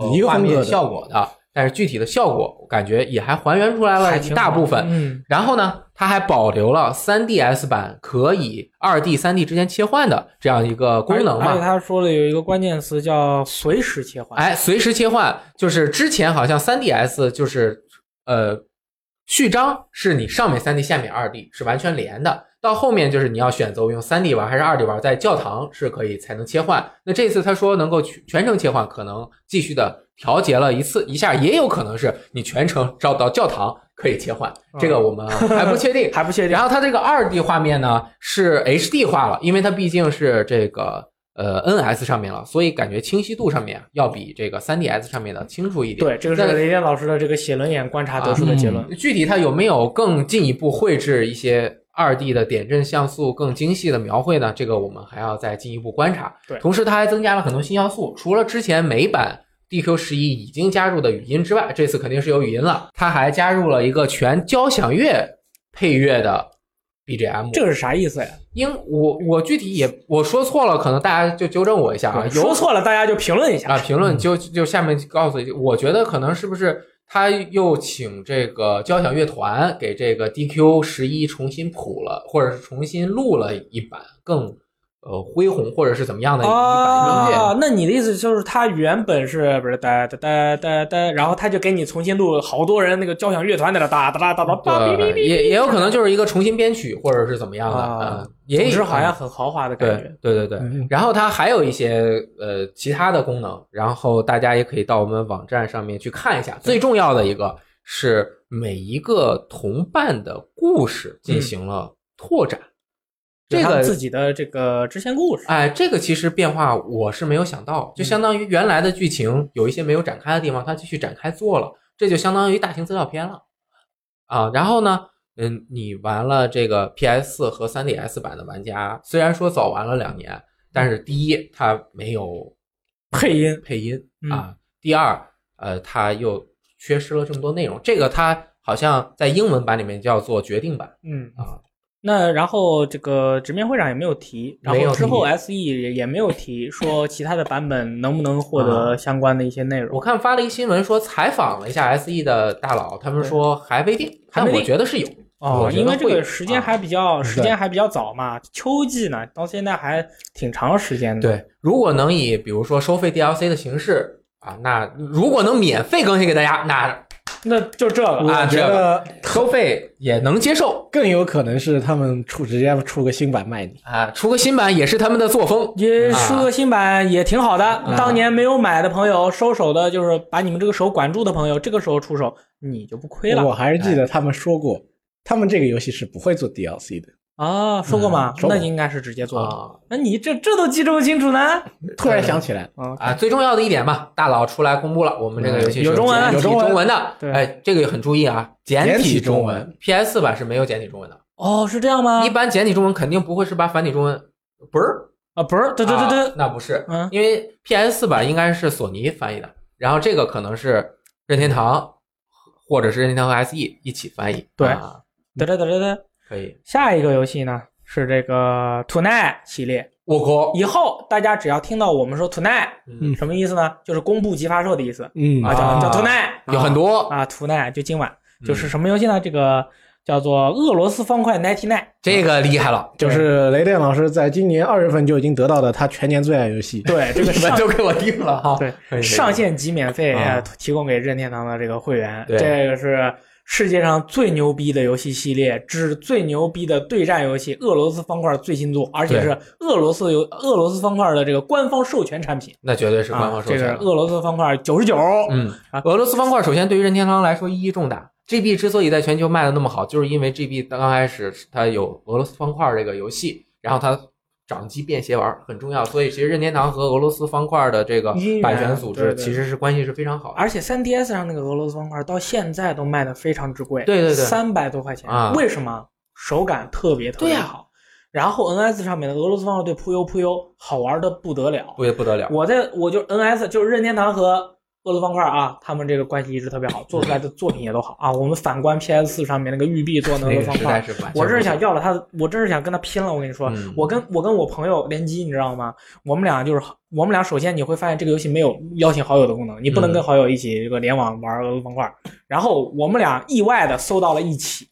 呃
一个
画
风格
面
的
效果的，但是具体的效果我感觉也还还原出来了
还
一
挺
大
好
部分。
嗯，
然后呢，它还保留了 3DS 版可以 2D、3D 之间切换的这样一个功能
而且
嘛？
他说了有一个关键词叫随时切换，
哎，随时切换，就是之前好像 3DS 就是呃序章是你上面 3D 下面 2D 是完全连的，到后面就是你要选择用 3D 玩还是 2D 玩，在教堂是可以才能切换。那这次他说能够全全程切换，可能继续的调节了一次一下，也有可能是你全程照到教堂可以切换，这
哦
个我们还不
<laughs>
确定。
还不确定
然。后它这个二 D 画面呢是 HD 化了，因为它毕竟是这个呃 NS 上面了，所以感觉清晰度上面要比这个 3DS 上面的清楚一点。
对，这个啊是雷电老师的这个写轮眼观察得出的结论。
那具体它有没有更进一步绘制一些二 D 的点阵像素更精细的描绘呢？这个我们还要再进一步观察。
对
同时它还增加了很多新要素，除了之前美版。DQ 十一已经加入的语音之外，这次肯定是有语音了。它还加入了一个全交响乐配乐的 BGM，
这个是啥意思呀？
应我我具体也我说错了，可能大家就纠正我一下啊，有
说错了大家就评论一下
啊，。评论就就下面告诉一句，我觉得可能是不是他又请这个交响乐团给这个 DQ 十一重新谱了，或者是重新录了一版更呃恢宏或者是怎么样的一版音乐。
啊，那你的意思就是他原本是不是哒哒哒哒哒，然后他就给你重新录好多人那个交响乐团在那哒哒哒哒哒哒哔哔
对，
哔，
也也有可能就是一个重新编曲，或者是怎么样的，
啊
嗯，也
总之
有
好像很豪华的感
对
觉。
对对对，
嗯
然后它还有一些呃其他的功能，然后大家也可以到我们网站上面去看一下。最重要的一个是每一个同伴的故事进行了拓展，这
有他们
个
自己的这啊个支线故事，
哎，这个其实变化我是没有想到，就相当于原来的剧情有一些没有展开的地方，它继续展开做了，这就相当于大型资料片了啊。然后呢，嗯，你玩了这个 PS 和 3DS 版的玩家，虽然说早玩了两年，但是第一它没有
配音
配音
嗯
啊，第二呃它又缺失了这么多内容，这个它好像在英文版里面叫做决定版
嗯。
啊，
那然后这个直面会上也没有提，然
没有
后
提
之后 SE 也也没有提说其他的版本能不能
啊
获得相关的一些内容。
我看发了一新闻说采访了一下 SE 的大佬，他们说还未定，
还
但
没定
我觉得是有
哦，因为这个时间。
我觉得会
还
有啊
比较、时
对
间还比较早嘛，秋季呢，到现在还挺长时间的。，
对，如果能以比如说收费 DLC 的形式啊，那如果能免费更新给大家，那
那就这个
啊
我觉
这
得
收费也能接受
更有可能是他们出直接出个新版卖你。
啊。出个新版也是他们的作风，
也出个新版也挺好的。
啊
当年没有买的朋友，收手的就是把你们这个手管住的朋友，这个时候出手你就不亏
我
了哎
还是记得他们说过，他们这个游戏是不会做 DLC 的。
啊！说过吗？
说过
那应该是直接做的。
嗯啊
那你这这都记这么清楚呢？
突然想起来，
啊，
啊，最重要的一点嘛，大佬出来公布了，我们这个游戏
嗯有
是
中文
简体
有中文
中文的，
对
哎，这个很注意啊，简
简体
中
中
文
文
，PS 版是没有简体中文的，
哦，是这样吗？
一般简体中文肯定不会是把繁体中文，不是，
啊，不是，对对对
啊
对，
那不是，
嗯
因为 PS 版应该是索尼翻译的，然后这个可能是任天堂或者是任天堂和 SE 一起翻译，
对
啊、
得得得得得。
可以。
下一个游戏呢是这个 Tonight 系列，
我靠，
以后大家只要听到我们说 tonight，
嗯
什么意思呢？就是公布及发售的意思
嗯
啊，嗯叫叫 tonight，
有很多
啊，tonight 就今晚，就是什么游戏呢？这个叫做俄罗斯方块 ninety nine，
这个厉害了，
就是雷电老师在今年二月份就已经得到的他全年最爱游戏。嗯
对 <laughs> 这个
你们
上
<laughs> 都给我定了哈，
对
可以
上线即免费，
啊
呃提供给任天堂的这个会员。
对
这个是世界上最牛逼的游戏系列之最牛逼的对战游戏《俄罗斯方块》最新作，而且是俄罗斯游俄罗斯方块的这个官方授权产品。
那绝对是官方
啊、
授
这
权
个
了。
俄罗斯方块九十九，
嗯
啊，
俄罗斯方块首先对于任天堂来说意义重大。GB 之所以在全球卖的那么好，就是因为 GB 刚开始它有俄罗斯方块这个游戏，然后它掌机便携玩儿很重要，所以其实任天堂和俄罗斯方块的这个
姻缘
版权组
对
织
对
其实是关系是非常好的。
而且 3DS 上那个俄罗斯方块到现在都卖的非常之贵，
对对对
三百多块钱。
啊
为什么？手感特别特别
对呀
好。然后 NS 上面的俄罗斯方块对扑悠扑悠好玩的不得了。
不也不得了，
我在我就 NS 就是任天堂和俄罗斯方块啊，他们这个关系一直特别好，做出来的作品也都好啊。我们反观 PS 上面那个育碧做的俄
那
罗
个
斯方块，
实在是完全
我真是想
不
要了他，我真是想跟他拼了。我跟你说，
嗯
我跟我跟我朋友联机，你知道吗？我们俩就是我们俩，首先你会发现这个游戏没有邀请好友的功能，你不能
嗯
跟好友一起这个联网玩俄罗斯方块。然后我们俩意外的搜到了一起，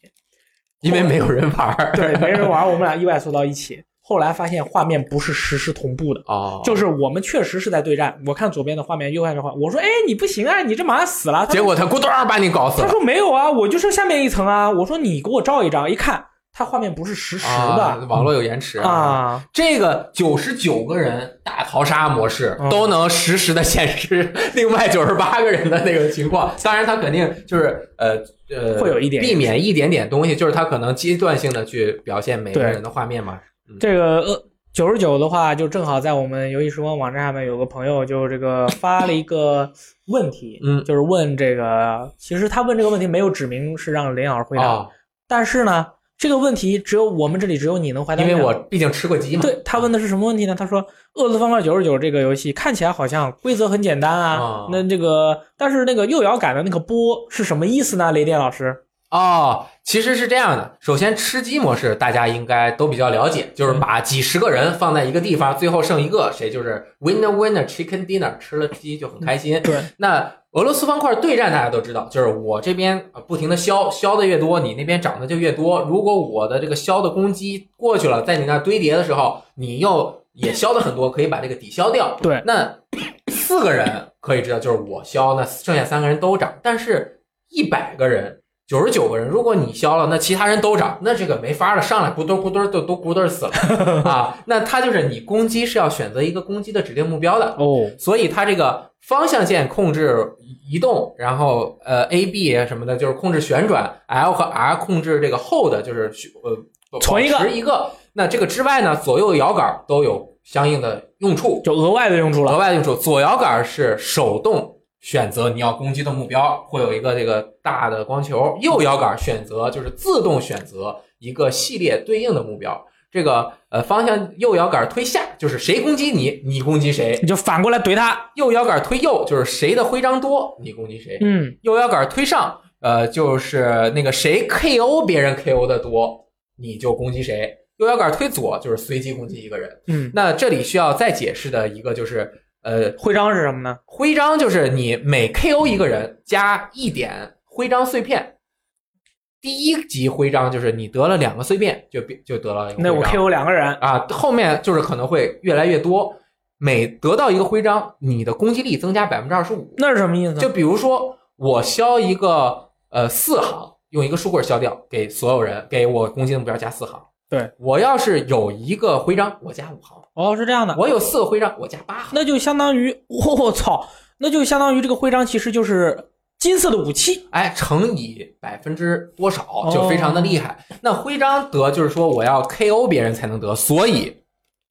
因为没有人玩儿。
对，没人玩，我们俩意外搜到一起。后来发现画面不是实时同步的，
<laughs> 哦，
就是我们确实是在对战。我看左边的画面，右边的画面，我说：“哎，你不行啊，你这马上死了。”他说
结果他咕咚儿把你搞死
他
了。
说：“没有啊，我就剩下面一层啊。”我说：“你给我照一张。”一看，它画面不是实时
啊
的，
网络有延迟。
啊。
这个九十九个人大逃杀模式都能实时的显示另外九十八个人的那个情况，当然它肯定就是呃呃
会有一点
避免一点点东西，就是它可能阶段性的去表现每个
对
人的画面嘛。
这个呃九十九的话，就正好在我们游戏时光网站上面有个朋友就这个发了一个问题，
嗯
<laughs> 就是问这个，其实他问这个问题没有指明是让林老师回答，
啊，
但是呢，这个问题只有我们这里只有你能回答
因
得了，
为我毕竟吃过鸡嘛。
对他问的是什么问题呢？他说《俄罗斯方块九十九》这个游戏看起来好像规则很简单啊，
啊
那这个但是那个右摇杆的那个波是什么意思呢？雷电老师，
哦，其实是这样的。首先，吃鸡模式大家应该都比较了解，就是把几十个人放在一个地方，最后剩一个，谁就是 winner winner chicken dinner，吃了鸡就很开心。
对，
那俄罗斯方块对战大家都知道，就是我这边呃不停的削，削的越多，你那边长的就越多。如果我的这个削的攻击过去了，在你那儿堆叠的时候，你又也削的很多，可以把这个抵消掉。
对
那四个人可以知道，就是我削，那剩下三个人都涨。但是，一百个人，九十九个人，如果你削了，那其他人都涨，那这个没法了，上来咕嘟咕嘟就都咕嘟死了啊！那它就是你攻击是要选择一个攻击的指定目标的，
哦，
所以它这个方向键控制移动，然后呃 A B 什么的，就是控制旋转，L 和 R 控制这个 hold，就是呃
存一个
保持一个。那这个之外呢，左右摇杆都有相应的用处，
就额外的用处了
额。外用处，左摇杆是手动选择你要攻击的目标，会有一个这个大的光球；右摇杆选择就是自动选择一个系列对应的目标。这个呃方向右摇杆推下，就是谁攻击你，你攻击谁；
你就反过来怼他，
右摇杆推右，就是谁的徽章多，你攻击谁；
嗯，
右摇杆推上，呃，就是那个谁 KO 别人 KO 的多，你就攻击谁；右摇杆推左，就是随机攻击一个人。
嗯，
那这里需要再解释的一个就是，呃，
徽章是什么呢？
徽章就是你每 KO 一个人加一点徽章碎片。第一级徽章就是你得了两个碎片，就变就得了一个徽章。
那我 KO 两个人，
啊，后面就是可能会越来越多。每得到一个徽章，你的攻击力增加百分之二十五。
那是什么意思呢？
就比如说，我削一个呃四行，用一个书棍削掉，给所有人给我攻击的目标加四行。
对
我要是有一个徽章，我加五行；
哦，是这样的，
我有四个徽章，我加八行。
那就相当于我操，那就相当于这个徽章其实就是金色的武器，
哎，乘以百分之多少就非常的厉害。那徽章得就是说我要 KO 别人才能得，所以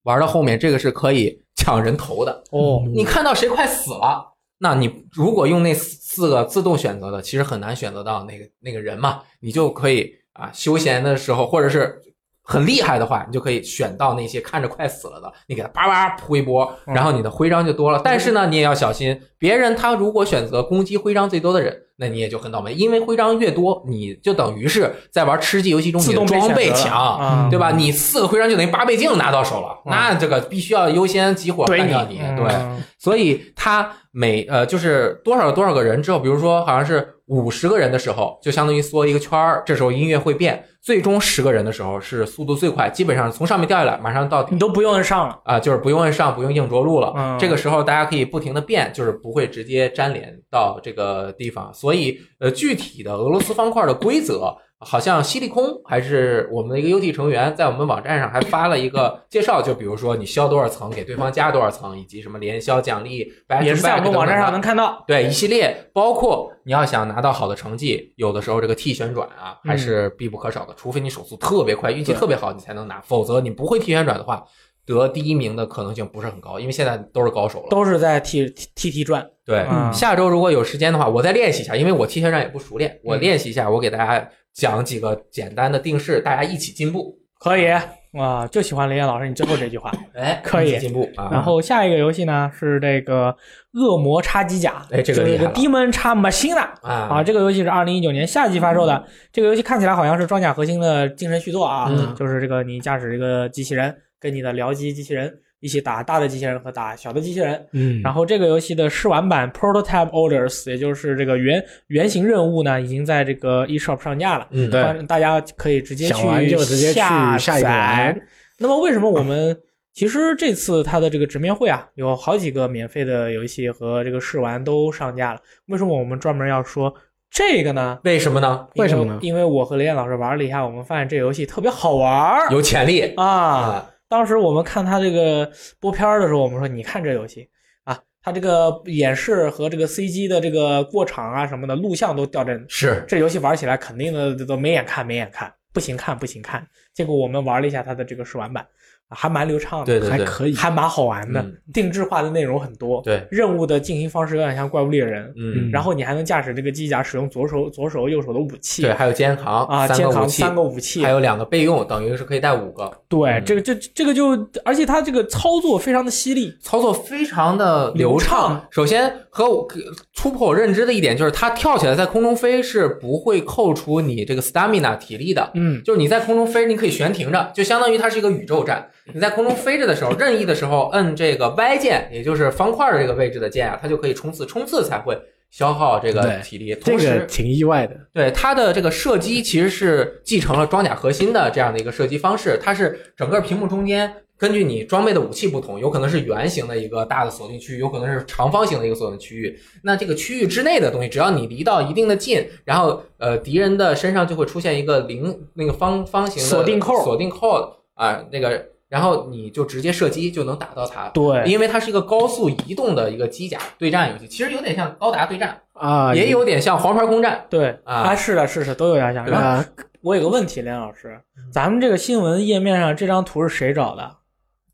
玩到后面这个是可以抢人头的。
哦
你看到谁快死了，那你如果用那四四个自动选择的，其实很难选择到那个那个人嘛，你就可以啊休闲的时候，或者是很厉害的话，你就可以选到那些看着快死了的，你给他叭叭扑一波，
嗯
然后你的徽章就多了。但是呢，你也要小心，别人他如果选择攻击徽章最多的人，那你也就很倒霉，因为徽章越多，你就等于是在玩吃鸡游戏中你
自
的
动
装备
被选择了
强，
啊，
对吧？你四个徽章就等于八倍镜拿到手了，
嗯
那这个必须要优先集火
怼
干掉
你，嗯
对，所以他每呃就是多少多少个人之后，比如说好像是五十个人的时候，就相当于缩一个圈儿，这时候音乐会变。最终十个人的时候是速度最快，基本上从上面掉下来马上到底
你都不用摁上了，
啊、就是不用摁上，不用硬着陆了。
嗯
这个时候大家可以不停的变，就是不会直接粘连到这个地方。所以呃，具体的俄罗斯方块的规则。好像犀利空还是我们的一个 UT 成员，在我们网站上还发了一个介绍，就比如说你消多少层，给对方加多少层，以及什么连消奖励，back to
也是在我
back
们网站上
等等的
能看到。
对一系列，包括你要想拿到好的成绩，有的时候这个 T 旋转啊还是必不可少的，除非你手速特别快，运气特别好，你才能拿，否则你不会 T 旋转的话，得第一名的可能性不是很高，因为现在都是高手了。
都是在 T T T 转，
对，
嗯
下周如果有时间的话，我再练习一下，因为我 T 旋转也不熟练，我练习一下，我给大家讲几个简单的定式，大家一起进步。
可以哇，就喜欢雷燕老师你最后这句话。
哎，
可以
一起进步啊。
然后下一个游戏呢是这个恶魔插机甲，
哎这个
就是
厉
这
害
个
了
Demon 插 Machina 啊，
啊，
这个游戏是二零一九年夏季发售
嗯
的。这个游戏看起来好像是装甲核心的精神续作啊，
嗯
就是这个你驾驶这个机器人跟你的僚机机器人一起打大的机器人和打小的机器人。
嗯
然后这个游戏的试玩版 Prototype Orders，也就是这个原原型任务呢，已经在这个 eShop 上架了。
嗯，
对
欢迎大家可以直接去
想玩就直接去下一个
载
玩。
那么为什
嗯
么我们其实这次它的这个直面会啊，有好几个免费的游戏和这个试玩都上架了，为什么我们专门要说这个呢？
为什么呢？
因
为什么呢
因为我和雷燕老师玩了一下，我们发现这游戏特别好玩儿
有潜力
啊！，当时我们看他这个播片儿的时候，我们说你看这游戏啊，他这个演示和这个 CG 的这个过场啊什么的，录像都掉帧，
是
这游戏玩起来肯定的都没眼看没眼看，不行看不行看。结果我们玩了一下它的这个试玩版，啊还蛮流畅的，
对对
还
对，
可以，
还蛮好玩的，
嗯
定制化的内容很多，
对，
任务的进行方式有点像怪物猎人，
嗯，
然后你还能驾驶这个机甲，使用左手、左手、右手的武器，
对，还有肩扛
啊，
三
肩
个武
扛
器，
三个武器
还，有两个备用，等于是可以带五个。
对，
嗯
这个这这个就，而且它这个操作非常的犀利，
操作非常的流
流
畅。
畅
首先和我呃突破我认知的一点就是，它跳起来在空中飞是不会扣除你这个 stamina 体力的。
嗯，
就是你在空中飞，你可以悬停着，就相当于它是一个宇宙站。你在空中飞着的时候，任意的时候摁这个 Y 键，也就是方块的这个位置的键啊，它就可以冲刺，冲刺才会消耗这个
对
体力。
这
同时
个，挺意外的。
对它的这个射击其实是继承了装甲核心的这样的一个射击方式，它是整个屏幕中间根据你装备的武器不同，有可能是圆形的一个大的锁定区域，有可能是长方形的一个锁定区域。那这个区域之内的东西，只要你离到一定的近，然后呃敌人的身上就会出现一个零那个方方形的
锁定扣
锁定扣啊、那个，然后你就直接射击就能打到它。
对，
因为它是一个高速移动的一个机甲对战游戏，其实有点像高达对战，
啊，
也有点像黄牌空战。
对，哎
啊
是的，是是，都有点像。然后
啊，
我有个问题，连老师，
嗯
咱们这个新闻页面上这张图是谁找的？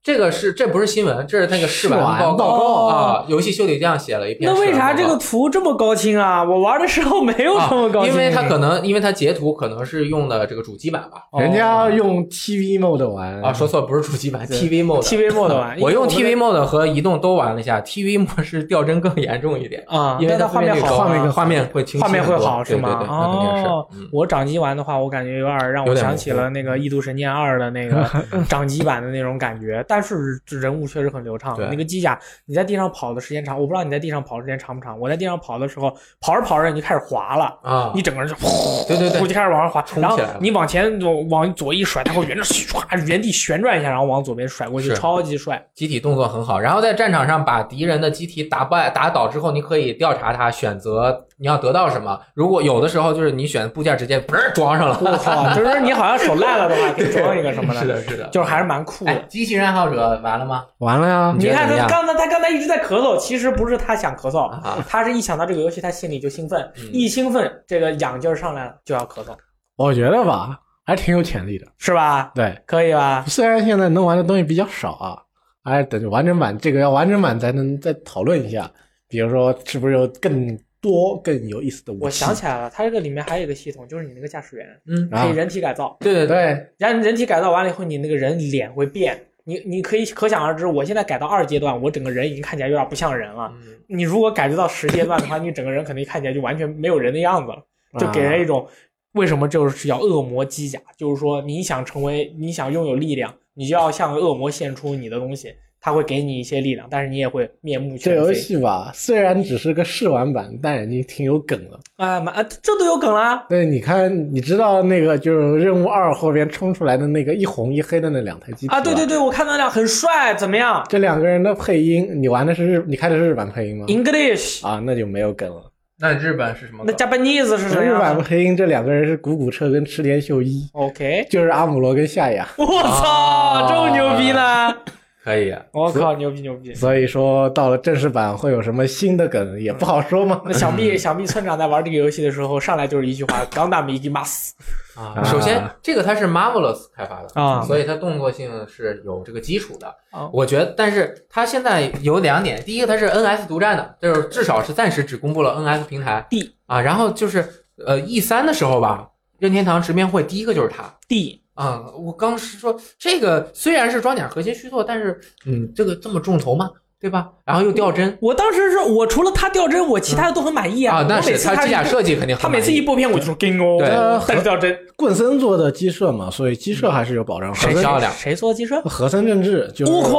这个是这不是新闻，这是那个试玩
试玩
报
报
告
啊。游戏修理匠写了一篇
？Oh 那
试玩报告。
为啥这个图这么高清啊？ <laughs> 我玩的时候没有这么高
啊？
清，
因为它可能，因为它截图可能是用的这个主机版吧。
哦
人家用 TV mode 玩
啊，说错了，不是主机版
对
，TV mode。 <laughs>
TV mode 玩，
我用
因
TV
为
mode 和移动都玩了一下，TV mode 是掉帧更严重一点，
我们啊，
因为
但它画面
分辨率
好
高
啊，
画面更好
画面会清晰
画
很多，
面会好是
对
吗
对？对，那肯定是。
哦
嗯，
我掌机玩的话，我感觉有点让我
有点
想起
模糊
了那个《异度神剑二》的那
<laughs>
个掌机版的那种感觉，但是人物确实很流畅。
对
那个机甲，你在地上跑的时间长，我不知道你在地上跑的时间长不长。我在地上跑的时候，跑着跑着你就开始滑了。
啊，
你整个人就呼，
对对对
就开始往上滑，
冲
然后
起来了
你往前往往左一甩，它会原着唰原地旋转一下，然后往左边甩过去，
是
超级帅。
集体动作很好，然后在战场上把敌人的机体打败、打倒之后，你可以调查他，选择你要得到什么。如果有的时候就是你选部件直接嘣儿装上了，
<laughs> 我靠，就是说你好像手烂了的话，可以装一个什么
是
的，
的，是的，
就是还是蛮酷
哎
的。，
机器人爱好者完了吗？
完了呀
你，
你
觉得
看
怎么
他
样
刚才，他刚才一直在咳嗽，其实不是他想咳嗽，
啊，
他是一想到这个游戏，他心里就兴奋，
嗯
一兴奋，这个痒劲儿上来了，就要咳嗽，
我觉得吧，还挺有潜力的。
是吧？
对，
可以吧？
虽然现在能玩的东西比较少啊，还是等着完整版，这个要完整版才能再讨论一下。比如说，是不是有更多更有意思的武器。
我想起来了，它这个里面还有一个系统，就是你那个驾驶员
嗯，
可
啊
以，人体改造，
对对对，
对，
然后人体改造完了以后，你那个人脸会变。你你可以可想而知，我现在改到二阶段，我整个人已经看起来有点不像人了。
嗯
你如果改制到十阶段的话，你整个人可能看起来就完全没有人的样子了，就给人一
啊
种、为什么就是叫恶魔机甲，就是说你想成为你想拥有力量，你就要向恶魔献出你的东西，他会给你一些力量，但是你也会面目
这
全
游
非。
戏吧，虽然只是个试玩版，但已经挺有梗了。
啊妈、啊，这都有梗啦！
对，你看，你知道那个就是任务二后边冲出来的那个一红一黑的那两台机体
啊，对对
吧，
对，我看到俩很帅，怎么样
这两个人的配音，你玩的是日，你开的是日版配音吗？
？English，
啊，那就没有梗了。
那日本是什么
那
梗？
Japanese 是什啊么
日版
样
配音这两个人是谷谷彻跟池田秀一， <laughs>
？OK，
就是阿姆罗跟夏雅。
我操，
啊
这么牛逼
<laughs>
呢！
可以，啊
我靠，牛逼牛逼！
所以说到了正式版会有什么新的梗也不好说嘛。
那想
<laughs>
必想必村长在玩这个游戏的时候，上来就是一句话 “Gundam i g m a s
啊，首先这个它是 Marvelous 开发的
啊
所以它动作性是有这个基础的。
啊
我觉得，但是它现在有两点，第一个它是 NS 独占的，就是至少是暂时只公布了 NS 平台。
D
啊，然后就是呃 E 三的时候吧，任天堂直面会第一个就是它。
D”。
啊、我刚是说这个虽然是装点核心虚作，但是嗯，这个这么重头嘛，对吧？然后又掉帧
我当时是我除了他掉帧，我其他的都很满意
啊，那
我每
是
次他
机甲设计肯定
他
很满
每
意，
次一播片，我就说 “Ging 哦”，
对
但是掉帧。
呃棍森做的鸡舍嘛，所以鸡舍还是有保障。和
很
森
漂亮。
谁做的机身？
和森正治就是
悟空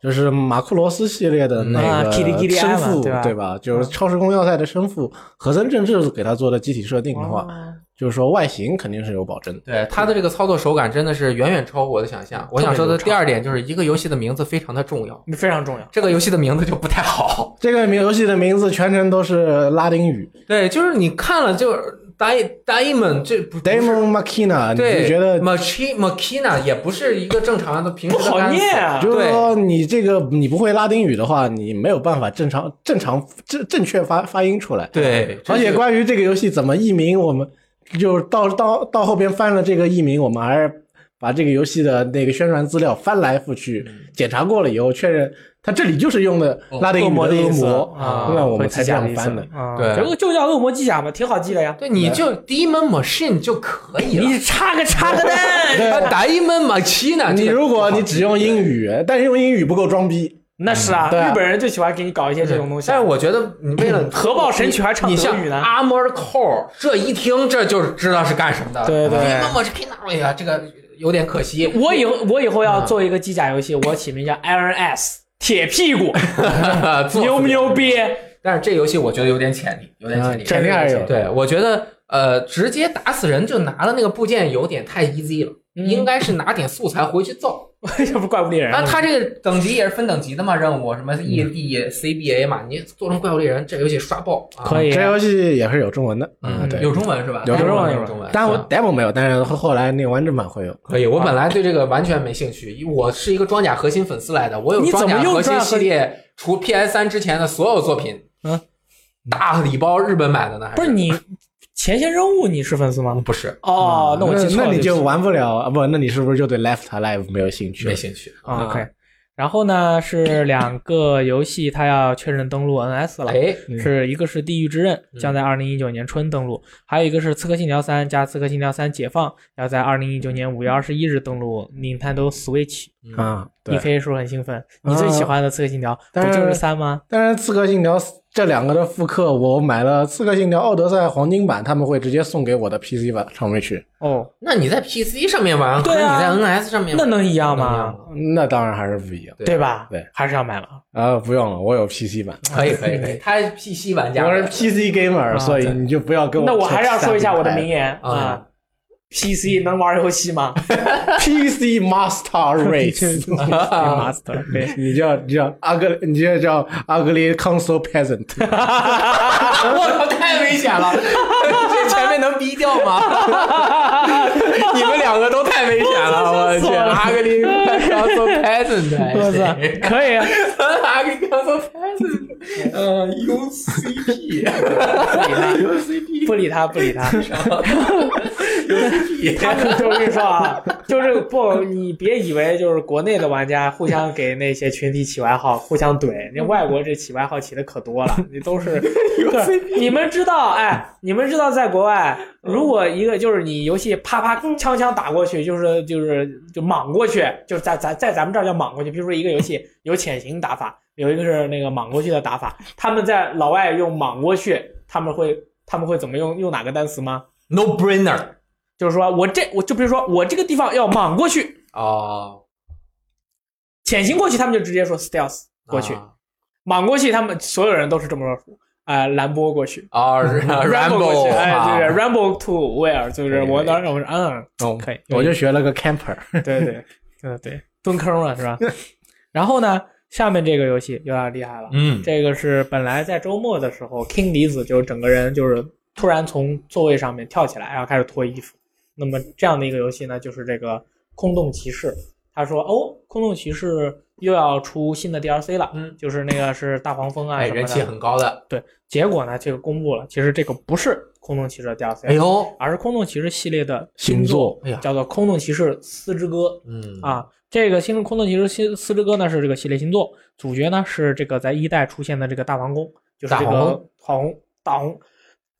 就是马库罗斯系列的那
啊
个
，Kirigiri
生
嘛
父，
对吧嗯
对吧？就是超时空要塞的生父，和森正治给他做的机体设定的话，
哦
就是说外形肯定是有保证的。
对它的这个操作手感真的是远远超乎我的想象。我想说的第二点就是一个游戏的名字非常的重要，
非常重要。
这个游戏的名字就不太好。
这个名游戏的名字全程都是拉丁语
<laughs> 对，就是你看了就是 Di Diamond 这不不是
，Damon Makina，你
对，
就觉得
Machi Machina 也不是一个正常的平时
不
的
好
单词
念啊！
就是说你这个你不会拉丁语的话，你没有办法正常正常正正确发发音出来。
对，这
而且
是
关于这个游戏怎么译名，我们就是到到到后边翻了这个译名，我们还是把这个游戏的那个宣传资料翻来覆去检查过了以后，确认它这里就是用的拉丁
恶
语
魔
的
的意
恶
思
魔，
啊，
那我
和
们才
机
这
甲的
样
意思
翻的。。
啊
对
就就叫恶魔机甲嘛，挺好记的呀。
对，你就 Demon Machine 就可以了。
你插个插个蛋，
啊 Diamond Machina，
啊你
这个
如果你只用英
对
语，但是用英语不够装逼，
那是啊，
对啊
日本人就喜欢给你搞一些这种东西。啊嗯
但是我觉得你为了
核爆神曲还唱
你
德
像
语呢，
Armored Core 这一听这就知道是干什么的。
对对
那么 Machina，哎呀，这个有点可惜。
<laughs> 我以后
嗯
我以后要做一个机甲游戏，我起名叫 Iron S 铁屁
<laughs>
股，牛不牛逼？ <laughs> 嗯
但是这游戏我觉得有点潜力，有点潜力。
肯定还是有。
对，我觉得呃，直接打死人就拿了那个部件有点太 easy 了，
嗯
应该是拿点素材回去造。
这不是怪物猎人啊
那
吗？
它这个等级也是分等级的嘛，任务什
嗯
么 E D C B A 嘛，你做成怪物猎人，这游戏刷爆啊！
可以
这游戏也是有中文的，啊
嗯，
对，
有中文是吧？
有中文
有中文。
但我
是吧啊
demo 没有，但是后后来那个完整版会有。
可以，我本来对这个完全没兴趣，我是一个装甲核心粉丝来的，我有
你怎
装
么
甲
又
核
装甲
心系列，除 PS 三之前的所有作品，
嗯，
大礼包日本买的呢，还
不是你前线任务你是粉丝吗？
不是
哦，那我记错
那
了，
你
对
就
不起
玩不了啊？不，那你是不是就对 Left Alive 没有兴趣了
没？兴趣
啊，OK。然后呢，是两个游戏，它要确认登陆 NS 了。
哎，
嗯
是一个是《地狱之刃》
嗯
将在二零一九年春登陆，还有一个是《刺客信条三》加《刺客信条三：解放》要在二零一九年五月二十一日登陆 Nintendo Switch。
嗯
啊，
你
对。嗯
可以说很兴奋，你最喜欢的《刺客信条》
但
不
是
就是三吗？
当然，《刺客信条》这两个的复刻，我买了《刺客信条：奥德赛》黄金版，他们会直接送给我的 PC 版上面去。
哦，
那你在 PC 上面玩和
对
你
啊
在 NS 上面玩
那能一样吗
能一样吗？
那当然还是不一样
对
对吧？
对，
还是要买了。
啊！不用了，我有 PC 版，
可以可以可以，他是 PC 玩家，
我是 PC gamer，、
啊
所以你就不要跟我。
那我还是要说一下我的名
<laughs> 言
言
嗯
啊：PC 能玩游戏吗
：PC
<laughs>
Master <laughs> Race，
？Master，对，
你叫你叫 ugly，你就叫 ugly console peasant。
我操，太危险了！这前面能逼掉吗？你们两个都太危险了，我去！阿格里刚做 peasant，
我操，可以啊，
阿格里刚做 peasant，嗯
<laughs>
，UCP，
不理他，不理他，不理他。 <laughs> 他们就我跟你说啊，就是不，你别以为就是国内的玩家互相给那些群体起外号，互相怼。那外国这起外号起的可多了，你都是对，你们知道，哎，你们知道，在国外，如果一个就是你游戏啪啪枪枪打过去，就是就是就莽过去，就是在咱在咱们这儿叫莽过去。比如说一个游戏有潜行打法，有一个是那个莽过去的打法，他们在老外用莽过去，他们会他们会怎么用用哪个单词吗？
No brainer
就是说我这我就比如说我这个地方要莽过去，
哦，
潜行过去，他们就直接说 stealth 过去，
啊
莽过去，他们所有人都是这么说，啊，兰波过去
啊 r a m
，ramble
b
过
o
去，哎，对
e
对，ramble to where，就是我当时我说嗯，
哦
可以，
我就学了个 camper，
对对对对，蹲坑了是吧？然后呢，下面这个游戏有点厉害了，
嗯，
这个是本来在周末的时候，King 离子就整个人就是突然从座位上面跳起来，然后开始脱衣服。那么这样的一个游戏呢，就是这个《空洞骑士》。他说：“哦，《空洞骑士》又要出新的 DLC 了，
嗯，
就是那个是大黄蜂啊
哎，
什么的。
人气很高的，
结果呢，这个公布了，其实这个不是《空洞骑士》的 DLC，、
哎呦，
而是《空洞骑士》系列的
星
作，
座
哎呀，
叫做《空洞骑士四之歌》。
嗯，
啊，这个《星之空洞骑士》新四之歌呢是这个系列新作，主角呢是这个在一代出现的这个大黄蜂，就是这
大黄
个黄蜂、大黄、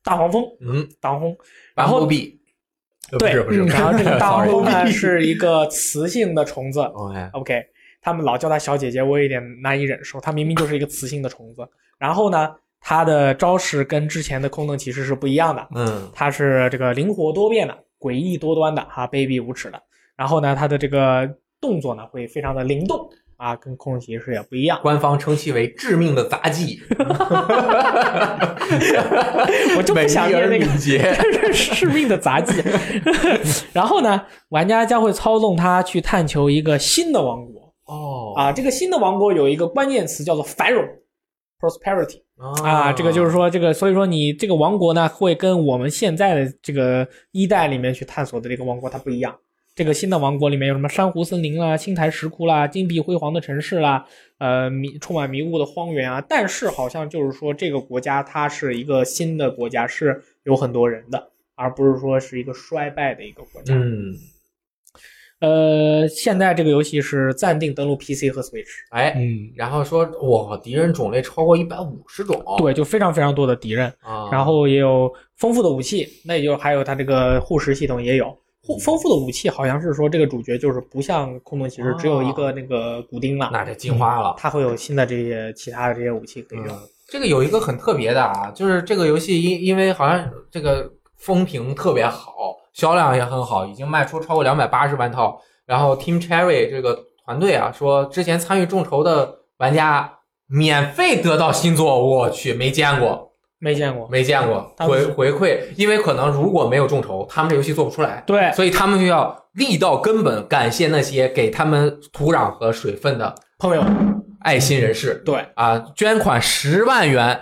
大黄蜂、
嗯，
大黄蜂。
然
然
后
后
币，呃
对，
不是
嗯
不是，
然后
<laughs>
这个大黄
Sorry
蜂呢是一个雌性的虫子。
哎，
OK，他们老叫它小姐姐，我有点难以忍受。它明明就是一个雌性的虫子。然后呢，它的招式跟之前的空洞骑士是不一样的，
嗯，
它是这个灵活多变的、诡异多端的哈、卑鄙无耻的。然后呢，它的这个动作呢会非常的灵动啊，跟空中骑士也不一样。
官方称其为致命的杂技，
我就不想
美丽
念
而
那个
敏捷，
<laughs> 这是致命的杂技。 <laughs> 然后呢，玩家将会操纵它去探求一个新的王国
哦
啊，这个新的王国有一个关键词叫做繁荣 （prosperity）。啊，这个就是说，这个所以说你这个王国呢，会跟我们现在的这个一代里面去探索的这个王国它不一样。这个新的王国里面有什么珊瑚森林啦、青苔石窟啦、金碧辉煌的城市啦，呃，迷充满迷雾的荒原啊。但是好像就是说，这个国家它是一个新的国家，是有很多人的，而不是说是一个衰败的一个国家。
嗯，
呃，现在这个游戏是暂定登陆 PC 和 Switch，
哎，
嗯，
然后说哇，敌人种类超过一百五十种，
对，就非常非常多的敌人。
啊，
然后也有丰富的武器，那也就还有它这个护食系统也有。
嗯
护丰富的武器好像是说这个主角就是不像空洞骑士
哦
只有一个那个骨钉了，
那这进化了。
它会有新的这些其他的这些武器可以用。
嗯这个有一个很特别的啊，就是这个游戏因因为好像这个风评特别好，销量也很好，已经卖出超过两百八十万套。然后 Team Cherry 这个团队啊，说之前参与众筹的玩家免费得到新作，我去没见过，
没见过，
没见过
他们
回
是
回馈，因为可能如果没有众筹，他们这游戏做不出来，
对，
所以他们就要力到根本，感谢那些给他们土壤和水分的
朋友，
爱心人士。
对，
啊，捐款十
<laughs>
万元、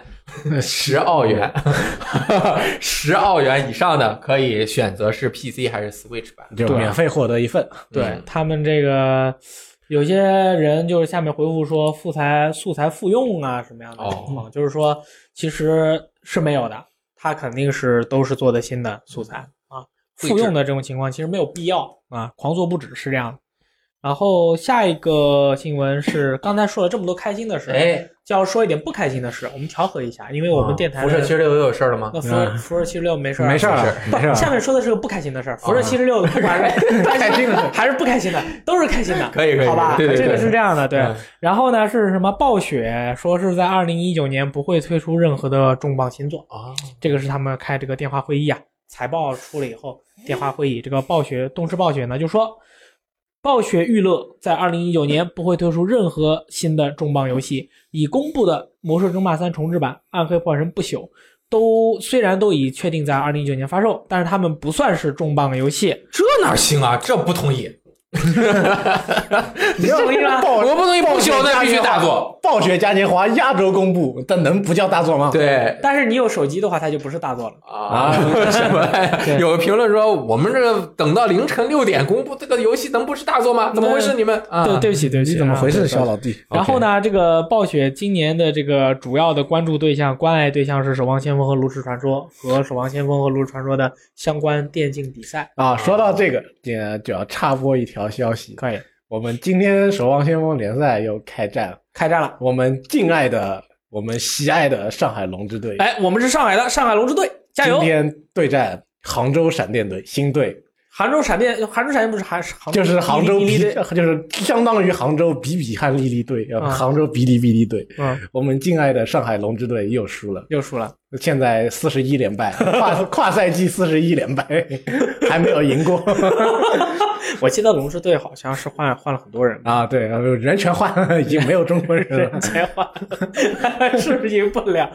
十澳元、十澳元以上的，可以选择是 PC 还是 Switch 版。
就
对啊
免费获得一份，
对、
嗯
他们这个有些人就是下面回复说素材素材复用啊什么样的
哦
情况，就是说其实是没有的，它肯定是都是做的新的素材啊，
绘制
复用的这种情况其实没有必要啊，狂做不止是这样的。然后下一个新闻是刚才说了这么多开心的事，
哎，啊
就要说一点不开心的事，我们调和一下，因为我们电台
辐
的
射七十六又有事儿了吗？
那辐射
嗯
辐射七十六啊没事儿啊
没事儿了，没事儿
下
了，
面说的是个不开心的事儿，辐射
啊
七十六不管是开心的还是不开心的，都是开心的，
<laughs> 可以可以
好吧？
对对对
这个是这样的，对
嗯。
然后呢是什么？暴雪说是在二零一九年不会推出任何的重磅新作，
啊，
这个是他们开这个电话会议啊，财报出了以后，电话会议，这个暴雪动视暴雪呢就说，暴雪娱乐在二零一九年不会推出任何新的重磅游戏，已公布的《魔兽争霸三》重置版《暗黑破坏神不朽》都虽然都已确定在二零一九年发售，但是他们不算是重磅游戏，
这哪行啊？这不同意，
<laughs> 你同意吗？
<laughs>
我不同意，不秀那必须大作。
暴雪嘉年华压轴公布，但能不叫大作
啊
吗？，
对
但是你有手机的话，它就不是大作了。
啊， <laughs> 什么玩意儿？
对
有个评论说，我们这个等到凌晨六点公布这个游戏，能不是大作吗？怎么回事？你们啊，
对，对不起，对不起，
你怎么回
啊
事，
对
小老弟？
然后呢，这个暴雪今年的这个主要的关注对象、关爱对象是《守望先锋》和《炉石传说》和《守望先锋》和《炉石传说》的相关电竞比赛。
啊，说到这个，也就要插播一条消息。
可以
我们今天《守望先锋》联赛又开战了，
开战了。
我们敬爱的、我们喜爱的上海龙之队，
哎，我们是上海的上海龙之队，加油
今！天对战杭州闪电队新队，
杭州闪电，杭州闪电不是杭，
哦
杭
就是杭州
比
比
利
<laughs>
队，，
就是相当于杭州比比汉丽丽队，呃
嗯
啊
杭州比利比利队。
嗯，
我们敬爱的上海龙之队又输了，
<laughs> 又输了。
现在四十一连败，
<laughs>
跨跨赛季四十一连败， <laughs> 还没有赢过
我记得龙之队好像是换换了很多人吧，
啊！对，呃人全换了，已 <laughs> 经没有中国人了
人。 <laughs> 才换了，是不是赢不了？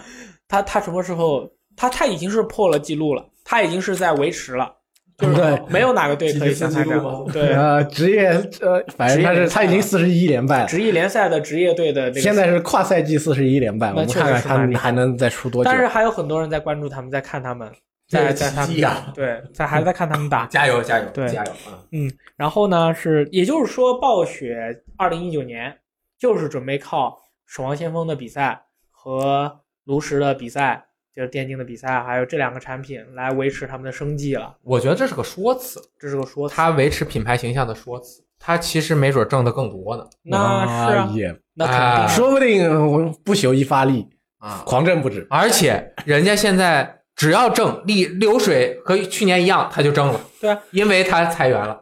他他什么时候？他他已经是破了记录了，他已经是在维持了，就是
对
没有哪个队可以像他这
吉尼斯纪录
样。
吗
<laughs>
对，
呃，职业呃，反正他
职业
是
联赛
他已经四十一连败了，
职业联赛的职业队的这个，
现在是跨赛季四十一连败，我
那
们
确实
看看
是蛮厉
他
害
还能再出多久
但。是还有很多人在关注他们，在看他们，在在他们
奇迹啊
打，对，在还在看他们
<laughs>
打。
加油加油
对
加油啊！
然后呢，是也就是说，暴雪二零一九年就是准备靠《守望先锋》的比赛和炉石的比赛，就是电竞的比赛，还有这两个产品来维持他们的生计了。
我觉得这是个说辞，
这是个说辞，
他维持品牌形象的说辞，他其实没准挣得更多呢。
那是啊，
也
那肯
啊
定
说不定呃我不朽一发力
啊
狂挣
<laughs>
不止。 <laughs>
而且人家现在只要挣利流水和去年一样，他就挣了。
对啊，
因为他裁员了，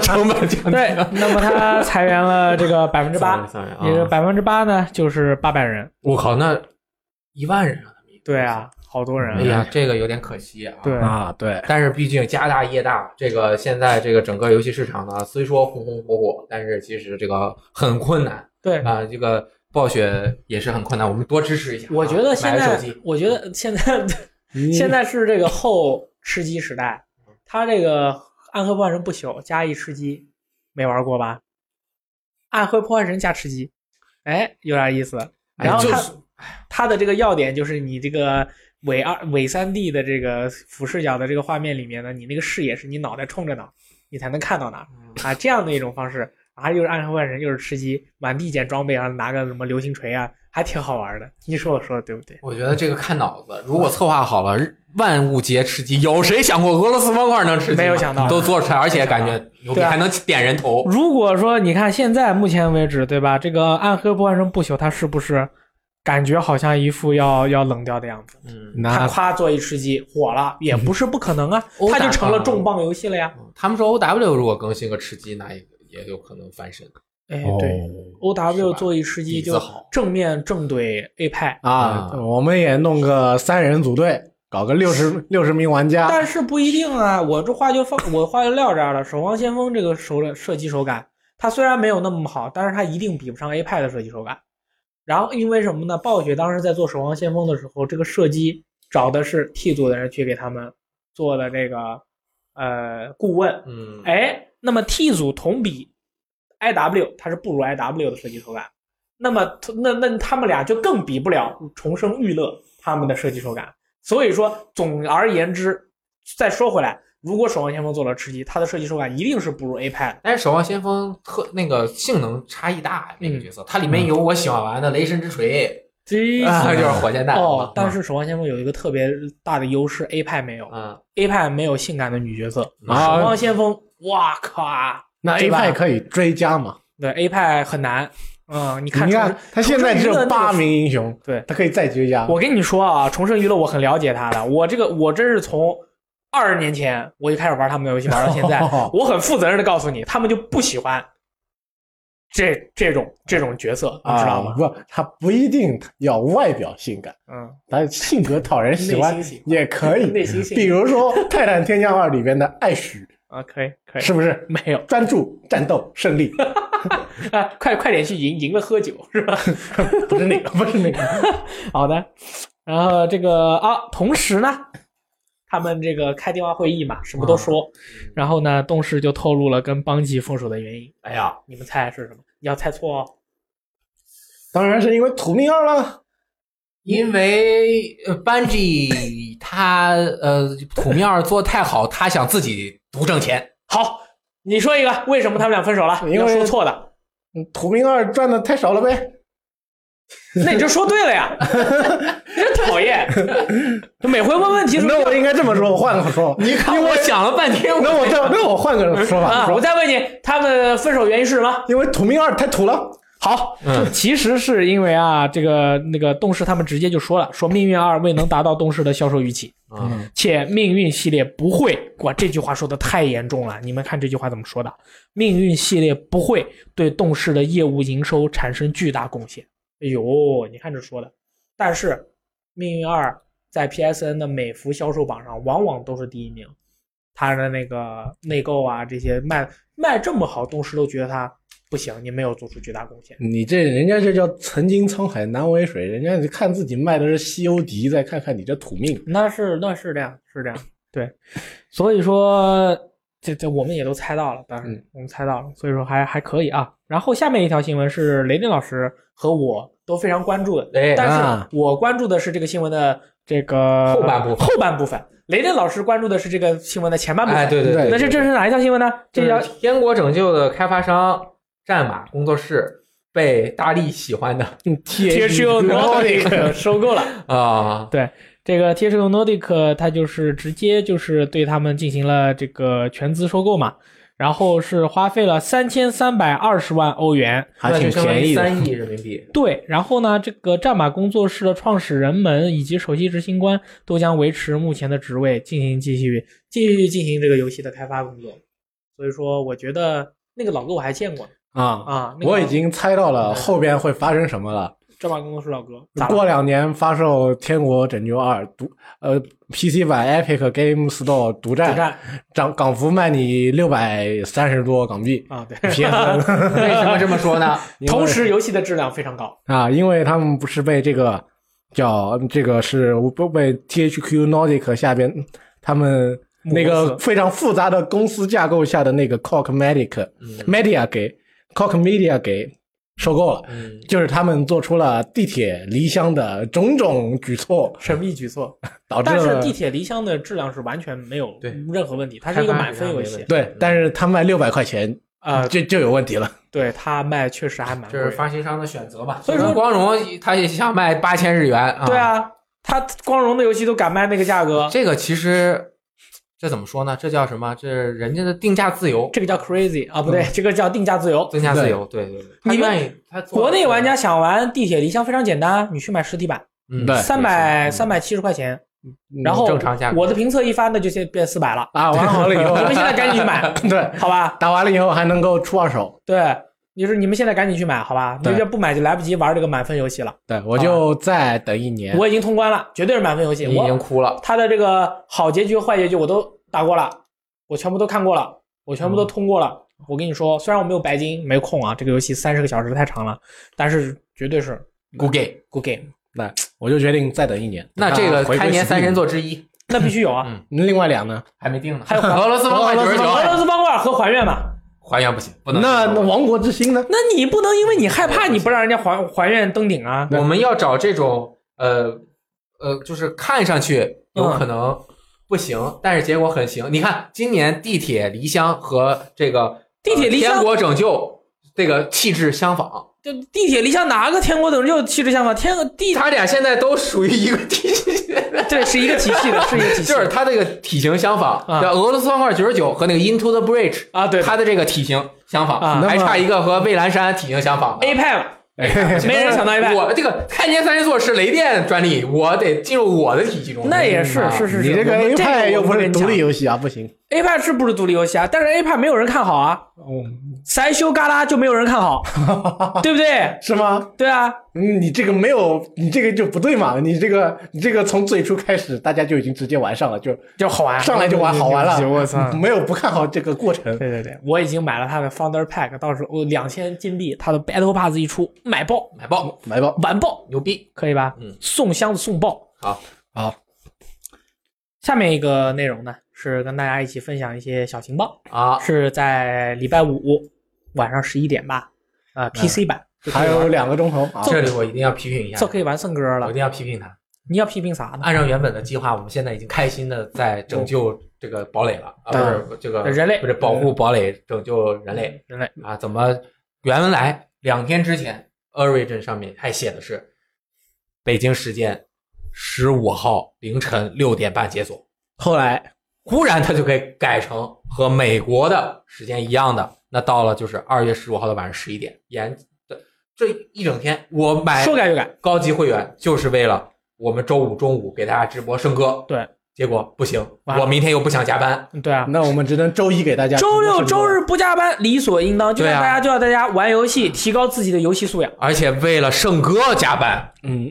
成本降低 <laughs>
对
了。。
那么他裁员了这个百分之八，也就
<laughs> 啊！
百分之八呢，就是八百人。
我靠，那一万人啊！
对啊，好多人啊。
哎呀，这个有点可惜啊。
对
啊，对，
但是毕竟家大业大，这个现在这个整个游戏市场呢，虽说红红火火，但是其实这个很困难
对，
啊、这个暴雪也是很困难，我们多支持一下啊。
我觉得现
买个
在
手机，嗯
我觉得现在现在是这个后吃鸡时代，
嗯
他这个《暗黑破坏神不朽》加一吃鸡，没玩过吧？《暗黑破坏神》加吃鸡，哎，有点意思。
哎
然后
就
它
是
它的这个要点就是你这个伪二伪三 D 的这个俯视角的这个画面里面呢，你那个视野是你脑袋冲着哪儿，你才能看到哪儿啊，这样的一种方式。啊，又是暗黑破坏神，又是吃鸡，满地捡装备啊，拿个什么流星锤啊，还挺好玩的。你说我说的对不对？
我觉得这个看脑子，如果策划好了，万物节吃鸡，有谁想过俄罗斯方块能吃鸡吗？
没有想到
都做出来，而且感觉牛逼，
对啊
还能点人头。
如果说你看现在目前为止，对吧？这个暗黑破坏神不朽，它是不是感觉好像一副要要冷掉的样子？
嗯，
他
那
夸做一吃鸡火了，也不是不可能啊，
殴打哦
他就成了重磅游戏了呀。
他们说 O W 如果更新个吃鸡，那也也有可能翻身。
哎，
哦
对，O
是
W
吧
做一吃鸡
底子
就
好
正面正怼 A 派，
啊，
嗯
我们也弄个三人组队，搞个六十六十名玩
啊
家。
但是不一定啊。我这话就放，我话就撂这儿了。守望先锋这个手射击手感，它虽然没有那么好，但是它一定比不上 A 派的射击手感。然后因为什么呢？暴雪当时在做守望先锋的时候，这个射击找的是 T 组的人去给他们做的这个呃顾问。
嗯，
哎，那么 T 组同比 IW，它是不如 IW 的射击手感。那么那那他们俩就更比不了重生娱乐他们的射击手感。所以说，总而言之，再说回来，如果守望先锋做了吃鸡，它的射击手感一定是不如 A 派的。
但是守望哎先锋特那个性能差异大，那个角色、它里面有我喜欢玩的雷神之锤，
这
那、就是火箭弹。
嗯
嗯
哦，但是守望先锋有一个特别大的优势，A 派没有
嗯，
，A 派没有性感的女角色。守
啊
望先锋，哇靠啊！
那 A
对吧
派可以追加嘛？
对 A 派很难，嗯，你看
你
重
看
生
他现在只
重生娱乐那
有
个
八名英雄，
对
他可以再追加。
我跟你说啊，重生娱乐我很了解他的，我这个我真是从二十年前我就开始玩他们的游戏，玩到现在，我很负责任的告诉你，他们就不喜欢这这种这种角色，你知道
啊，
吗？
不，他不一定要外表性感，
嗯，
他性格讨人喜欢
内心喜欢
也可以。
<laughs> 内心性
比如说《泰坦天降二》里边的
<laughs>
艾许，
啊，可以可以，
是不是
没有
专注、战斗、
<laughs>
胜利？
啊，快快点去赢，赢了喝酒是吧？
不是那个，不是那个。
好的，然后这个啊，同时呢，他们这个开电话会议嘛，什么都说，然后呢，动视就透露了跟邦吉分手的原因，
哎呀，
你们猜是什么？你要猜错哦，
当然是因为土命二了。
因为呃 Bungie 他呃土面儿做太好，他想自己独挣钱。
好，你说一个，为什么他们俩分手了？你要
因为
说错
<laughs>
的，
嗯土命二赚的太少了呗，
那你就说对了
<laughs>
呀，你真讨厌，就每回问问题的时候
那我应该这
<laughs>
么说，我换个说法。
你看我想了半天，
那我再那我换个说法
啊，
说
我，再问你，他们分手原因是什么？
因为土命二太土了。
好，
嗯
其实是因为啊，这个那个动视他们直接就说了，说《命运二》未能达到动视的销售预期，
嗯
且命运系列不会，哇，这句话说的太严重了。你们看这句话怎么说的？命运系列不会对动视的业务营收产生巨大贡献。哎呦，你看这说的。但是，命运二在 PSN 的美服销售榜上往往都是第一名，它的那个内购啊这些卖卖这么好，动视都觉得它不行，你没有做出巨大贡献。
你这人家这叫曾经沧海难为水，人家你看自己卖的是西游迪，再看看你这土命。
那是那是这样，是这样，对，所以说这这我们也都猜到了，当然
嗯
我们猜到了，所以说还还可以啊。然后下面一条新闻是雷电老师和我都非常关注的，
哎
但
啊
是我关注的是这个新闻的这个
后半部分
后半部分，雷电老师关注的是这个新闻的前半部分。
哎，对
对
对对，嗯
那这这是哪一条新闻呢？这条
叫
<laughs>
《天国拯救》的开发商战马工作室被大力喜欢的
嗯
THU Nordic <laughs> 收购了。
啊，
这个 THQ Nordic 它就是直接就是对他们进行了这个全资收购嘛，然后是花费了三千三百二十万欧元。
还
那
挺
就相当
便
于
宜的。
三亿人民
<laughs>
币。
对，然后呢，这个战马工作室的创始人们以及首席执行官都将维持目前的职位，进行继续继续进行这个游戏的开发工作。所以说，我觉得那个老哥我还见过呢
啊！
啊，那个
我已经猜到了后边会发生什么了。
战马工作室老哥咋了？
过两年发售《天国拯救二》独呃 PC 版 Epic Game Store 独
主
占，
战
涨港服卖你六百三十多
<laughs>
港币。
啊，对，
<laughs> PS
为什么这么说呢？
同时游戏的质量非常高。
啊，因为他们不是被这个叫这个是不被 THQ Nordic 下边他们那
母
个
公司
非常复杂的公司架构下的那个 Cock Medic、Media
嗯
给 Cock Media 给收购了，
<laughs> 嗯，
就是他们做出了地铁离乡的种种举措，
神秘举措，
导致
但是
了
地铁离乡的质量是完全没有
对
任何问题，它是一个满分游戏。
对，但是他卖六百块钱
嗯啊、
嗯就就有问题了。
对它卖确实还蛮
这
贵
是
的。
发行商的选择嘛。
所以说
光荣他也想卖八千日元啊。
对啊，它光荣的游戏都敢卖那个价格，
这个其实这怎么说呢？这叫什么？这人家的定价自由，
这个叫 crazy 啊，不对，这个叫定价自由。
定价自由。嗯对对对，他
你们
愿意他做
国内玩家想玩地铁离乡非常简单，你去买实体版，
嗯
对
三百三百七十块钱，然后
正常价格
我的评测一翻，那就现变四百了。
啊，玩好了以后
<laughs> 你，们现在赶紧去买，
<laughs> 对，
好吧？
打完了以后还能够出二手。
对，就是你们现在赶紧去买，好吧？你
对
们这不买就来不及玩这个满分游戏了。
对我就再等一年。
我已经通关了，绝对是满分游戏。
嗯你已
我
经哭了。
它的这个好结局和坏结局我都打过了，我全部都看过了，我全部都通过了。我跟你说，虽然我没有白金，没空啊，这个游戏三十个小时太长了，但是绝对是
Good game。
good game，
那我就决定再等一年。
那这个
回归
开年
实地
三神，座之一
那必须有啊。
嗯
那另外俩呢？
还没定呢，
还有
俄罗斯方块
俄
九
罗
十
斯
九，
俄罗斯方块和还愿嘛，
还原不行，不能。
那那王国之心呢？
那你不能因为你害怕你不让人家还还愿登顶啊。
我们要找这种呃呃，就是看上去
嗯
有可能不行，但是结果很行。你看今年地铁离乡和这个
地铁离乡
呃天国拯救这个气质相仿，
就地铁离乡哪个天国拯救气质相仿？天地
他俩现在都属于 <laughs> 一个体系，
对是一个体系的，是一个体系。
就是他这个体型相仿。
啊
对俄罗斯方块九十九和那个 Into the Bridge，
啊，对
他的这个体型相
啊
仿，
那么
还差一个和蔚蓝山体型相仿的。
，A 派了，哎
<laughs>
没人想到 A 派，
我这个开年三人座是雷电专利，我得进入我的体系中。
那也是
啊
是是是。
你这个
我们
A 派又不
我
是
跟你
独
讲
立游戏啊，不行。
A 派是不是独立游戏啊？但是 A 派没有人看好啊，
哦，
塞修旮旯就没有人看 <laughs> 好，对不对？
是吗？
对啊，
嗯，你这个没有，你这个就不对嘛。你这个，你这个从最初开始，大家就已经直接玩上了，就
就好玩，
上来就玩好玩了。
啊我
<laughs>
操！
没有不看好这个过程。
对对对，我已经买了他的 Founder Pack，到时候呃两千金币，他的 Battle Pass 一出，买爆，
买爆，
来吧，
完爆，
牛逼！
可以吧？
嗯，
送箱子送爆。
好，
好。
下面一个内容呢，是跟大家一起分享一些小情报，
啊，
是在礼拜五晚上十一点吧，啊、p c 版
这可以
还
玩
有两个钟头啊，
这里我一定要批评一下
这，可以玩圣歌
我
了
一。定要批评他。
你要批评啥呢？
按照原本的计划，我们现在已经开心的在拯救这个堡垒了，啊，
对
不是这个
人类嗯
不是保护堡垒，拯救人类
人类
啊？怎么原来两天之前，Origin 上面还写的是北京时间十五号凌晨六点半解锁，
后来
忽然它就给改成和美国的时间一样的，那到了就是二月十五号的晚上十一点，延这这一整天我买
说改就改，
高级会员就是为了我们周五中午给大家直播圣歌。
对，
结果不行，
完了
我明天又不想加班。
嗯对啊。
那我们只能周一给大家直
周
播
六
直播
周日不加班，理所应当。就
对
像
啊
大家就要大家玩游戏，提高自己的游戏素养，
而且为了圣歌加班，
嗯，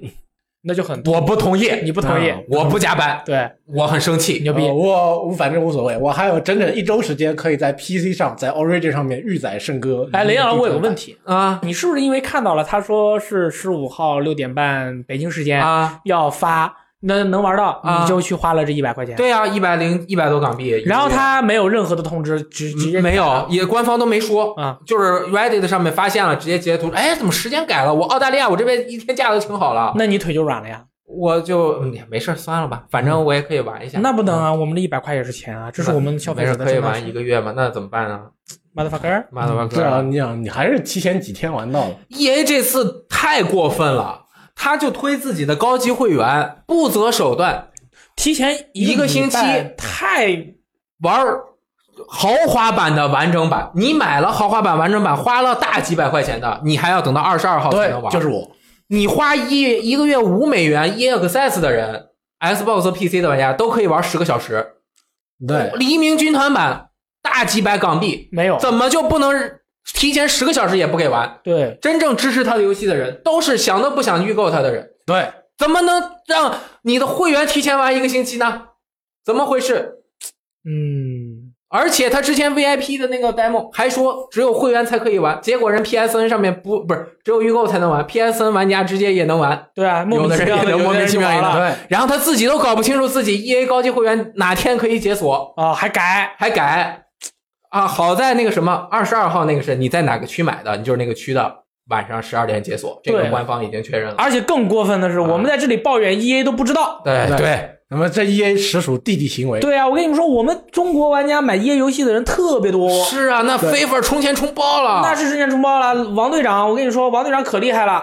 那就很多。
我不同意，
你不同意？
啊
我不加班，
对，
我很生气
牛逼
呃。我我反正无所谓，我还有整整一周时间可以在 PC 上，在 Origin 上面预载圣歌。
哎，雷老师，我有个问
题，
题，
啊
你是不是因为看到了他说是十五号六点半北京时间
啊！
要发，那能玩到
啊
你就去花了这一百块钱。，
对啊，一百零一百多港币，
然后他没有任何的通知，直直接
嗯没有，也官方都没说
啊，
就是 Reddit 上面发现了，直接截图，哎，怎么时间改了？我澳大利亚，我这边一天假都请好了，
那你腿就软了呀？
我就嗯没事儿算了吧，反正我也可以玩一下。
嗯
嗯
那不能啊，我们的一百块也是钱啊，这是我嗯啊们消费者
没事
的
可以
正当
玩一
性。
个月嘛？那怎么办呢？
motherfucker，
妈的吧
至
哥！
少你想，你还是提前几天玩到了。
E A 这次太过分了，他就推自己的高级会员，不择手段
提前
一个
礼
星期
拜太
玩儿豪华版的完整版。你买了豪华版完整版，花了大几百块钱的，你还要等到二十二
哦
号才能玩。
就是我，
你花一一个月五美元 E A Access 的人，Xbox 和 PC 的玩家都可以玩十个小时。
对，
黎明军团版大几百港币，
没有。
怎么就不能提前十个小时也不给玩？
对，
真正支持他的游戏的人，都是想都不想预购他的人。
对，
怎么能让你的会员提前玩一个星期呢？怎么回事？
嗯，
而且他之前 VIP 的那个 demo 还说只有会员才可以玩，结果人 PSN 上面不不是只有预购才能玩，PSN 玩家直接也能玩，
对啊，莫
有
名
的
其
人
妙
也
的，
能莫名其妙也
有的人就玩了
能。
了
然后他自己都搞不清楚自己 EA 高级会员哪天可以解锁，
哦，还改
还改啊！好在那个什么二十二号那个是你在哪个区买的，你就是那个区的晚上十二点解锁，这个
对
官方已经确认了。
而且更过分的是，
啊
我们在这里抱怨 EA 都不知道。
对
对
对，
那么这 E A 实属弟弟行为。
哎对啊，我跟你们说，我们中国玩家买 EA 游戏的人特别多，
是啊，那
对
FIFA 充钱充爆了，
那是瞬间冲爆了。王队长，我跟你说，王队长可厉害了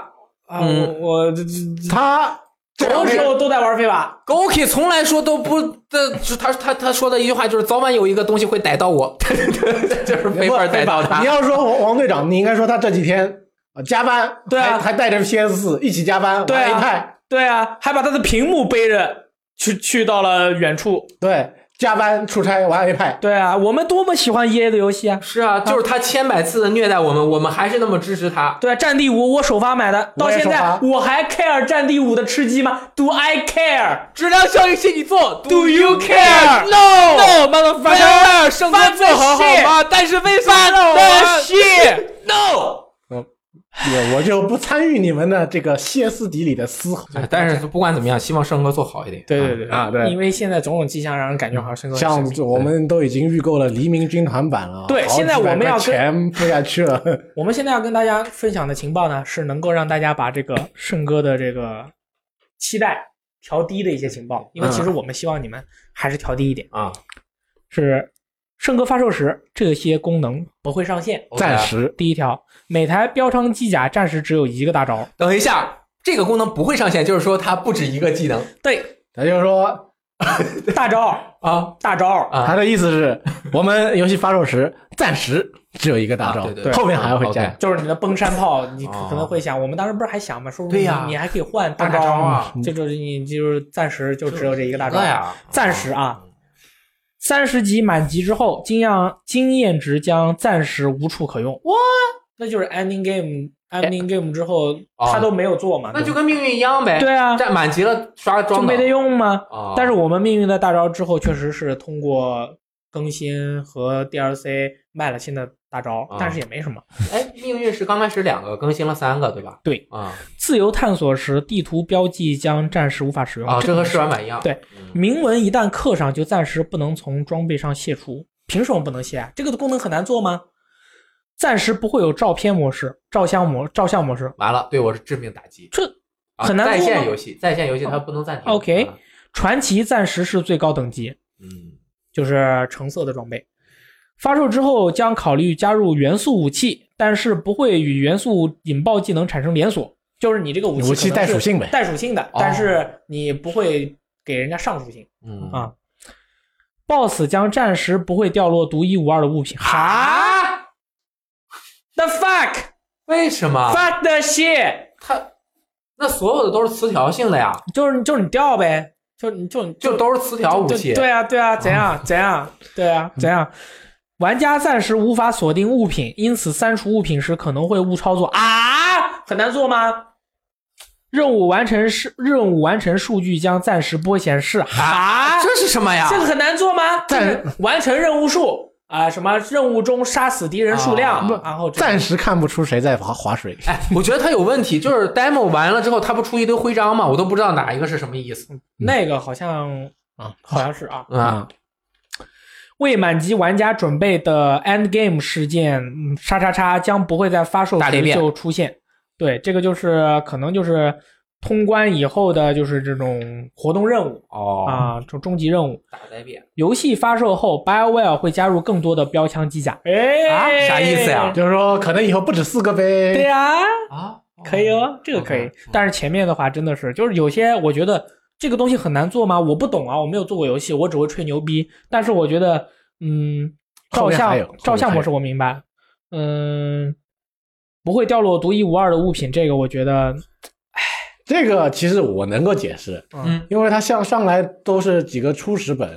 啊！
嗯
我我这
他
这什么时候都在玩飞吧？
Goki 从来说都不的，就他他他说的一句话就是早晚有一个东西会逮到 <laughs> 我，就是没法逮到
啊
你
他。
要说王王队长，你应该说他这几天呃加班，
对啊
还还带着 P S 四一起加班
对
玩
啊
一派，
对啊，还把他的屏幕背着去去到了远处。
对，加班出差玩 A 派，
对啊，我们多么喜欢 EA 的游戏啊！
是啊，就是他千百次的虐待我们，我们还是那么支持他。
对啊，《战地五》我首发买的，到
我也
现
首
在
发
我还 care《战地五》的吃鸡吗？Do I care？
质量效应是你做
Do you care？
No
No，motherfucker！
圣
歌做好好吗？
但是为
犯的 shit！
No？
也我就不参与你们的这个歇斯底里的嘶吼。
哎
但是不管怎么样，希望圣哥做好一点。
对对对
啊对
因为现在种种迹象让人感觉好像升格
<laughs> 像我们都已经预购了《黎明军团版》了，
对
好几
现在我们
百块
要跟啊
钱不下去
<laughs>
了。
我们现在要跟大家分享的情报呢，是能够让大家把这个圣哥的这个期待调低的一些情报，因为其
嗯
实我们希望你们还是调低一点。
啊，
是圣哥发售时这些功能不会上线。
暂时
第一条，每台标枪机甲暂时只有一个大招。
等一下，这个功能不会上线，就是说它不止一个技能
对，
他就说，
大招，
啊。
大招。
啊
他的意
<laughs>
思是我们游戏发售时暂时只有一个大招
啊对对对，
后面还会
对
加
，OK。
就是你的崩山炮，你
哦
可能会想，我们当时不是还想吗？说
对呀
你你还可以换大
大
招
招啊，
这就是你就是暂时就只有这一个大招
对。呀，
暂时啊，三十级满级之后，经验经验值将暂时无处可用。哇，那就是 ending game ending game 之后，
哎哦
他都没有做嘛，
那就跟命运一样呗。
对啊，
占满级了刷
就
装
没
的
得用嘛。
啊
但是我们命运的大招之后，确实是通过更新和 DLC 卖了新的大招
啊，
但是也没什么。
哎，命运是刚开始两个，更新了三个，对吧？
对
啊
自由探索时，地图标记将暂时无法使用。
啊，
这
这和试玩版一样。
对
嗯，
铭文一旦刻上，就暂时不能从装备上卸除。凭什么不能卸啊？这个功能很难做吗？暂时不会有照片模式、照相模、照相模式。
完了，对我是致命打击。
这
啊
很难
在
做
线
吗
游戏，在线游戏它不能暂停。
OK
啊
传奇暂时是最高等级，
嗯，
就是橙色的装备。发售之后将考虑加入元素武器，但是不会与元素引爆技能产生连锁，就是你这个武器
武器
可能
带
是
属性呗哦
带属性的，但是你不会给人家上属性。
嗯
啊 BOSS 将暂时不会掉落独一无二的物品。哈
啊？
，the fuck
为什
啊
么？
fuck the shit，
它那所有的都是词条性的呀，
就是就是你掉呗，就你就就
就都是词条武
就
器。
对啊，对啊，怎样怎样，对啊，怎样。玩家暂时无法锁定物品，因此删除物品时可能会误操作啊，很难做吗？任务完成是任务完成数据将暂时不会显示啊，
这是什么呀？
这个很难做吗？就是完成任务数啊，什么任务中杀死敌人数量，
啊
然后这
暂时看不出谁在划划水。
哎，我觉得它有问题，就是 demo 完了之后，它不出一堆徽章吗？我都不知道哪一个是什么意思
那个好像
啊
好像是啊，
啊。
未满级玩家准备的 End Game 事件，嗯叉叉叉将不会在发售
大裂
时
变
就出现。对，这个就是可能就是通关以后的，就是这种活动任务
哦，
啊，这终极任务。
大灾变，
游戏发售后，BioWare 会加入更多的标枪机甲。哎
啊啥意思呀
就是说，可能以后不止四个呗。
对呀、
啊，
可以哦，这个可以
OK，。
但是前面的话真的是，就是有些我觉得这个东西很难做吗？我不懂啊，我没有做过游戏，我只会吹牛逼。但是我觉得，嗯，照
后面还有
相
后面
照相模
还
式我明白，嗯，不会掉落独一无二的物品，这个我觉得
这个其实我能够解释，
嗯
因为它向上来都是几个初始本，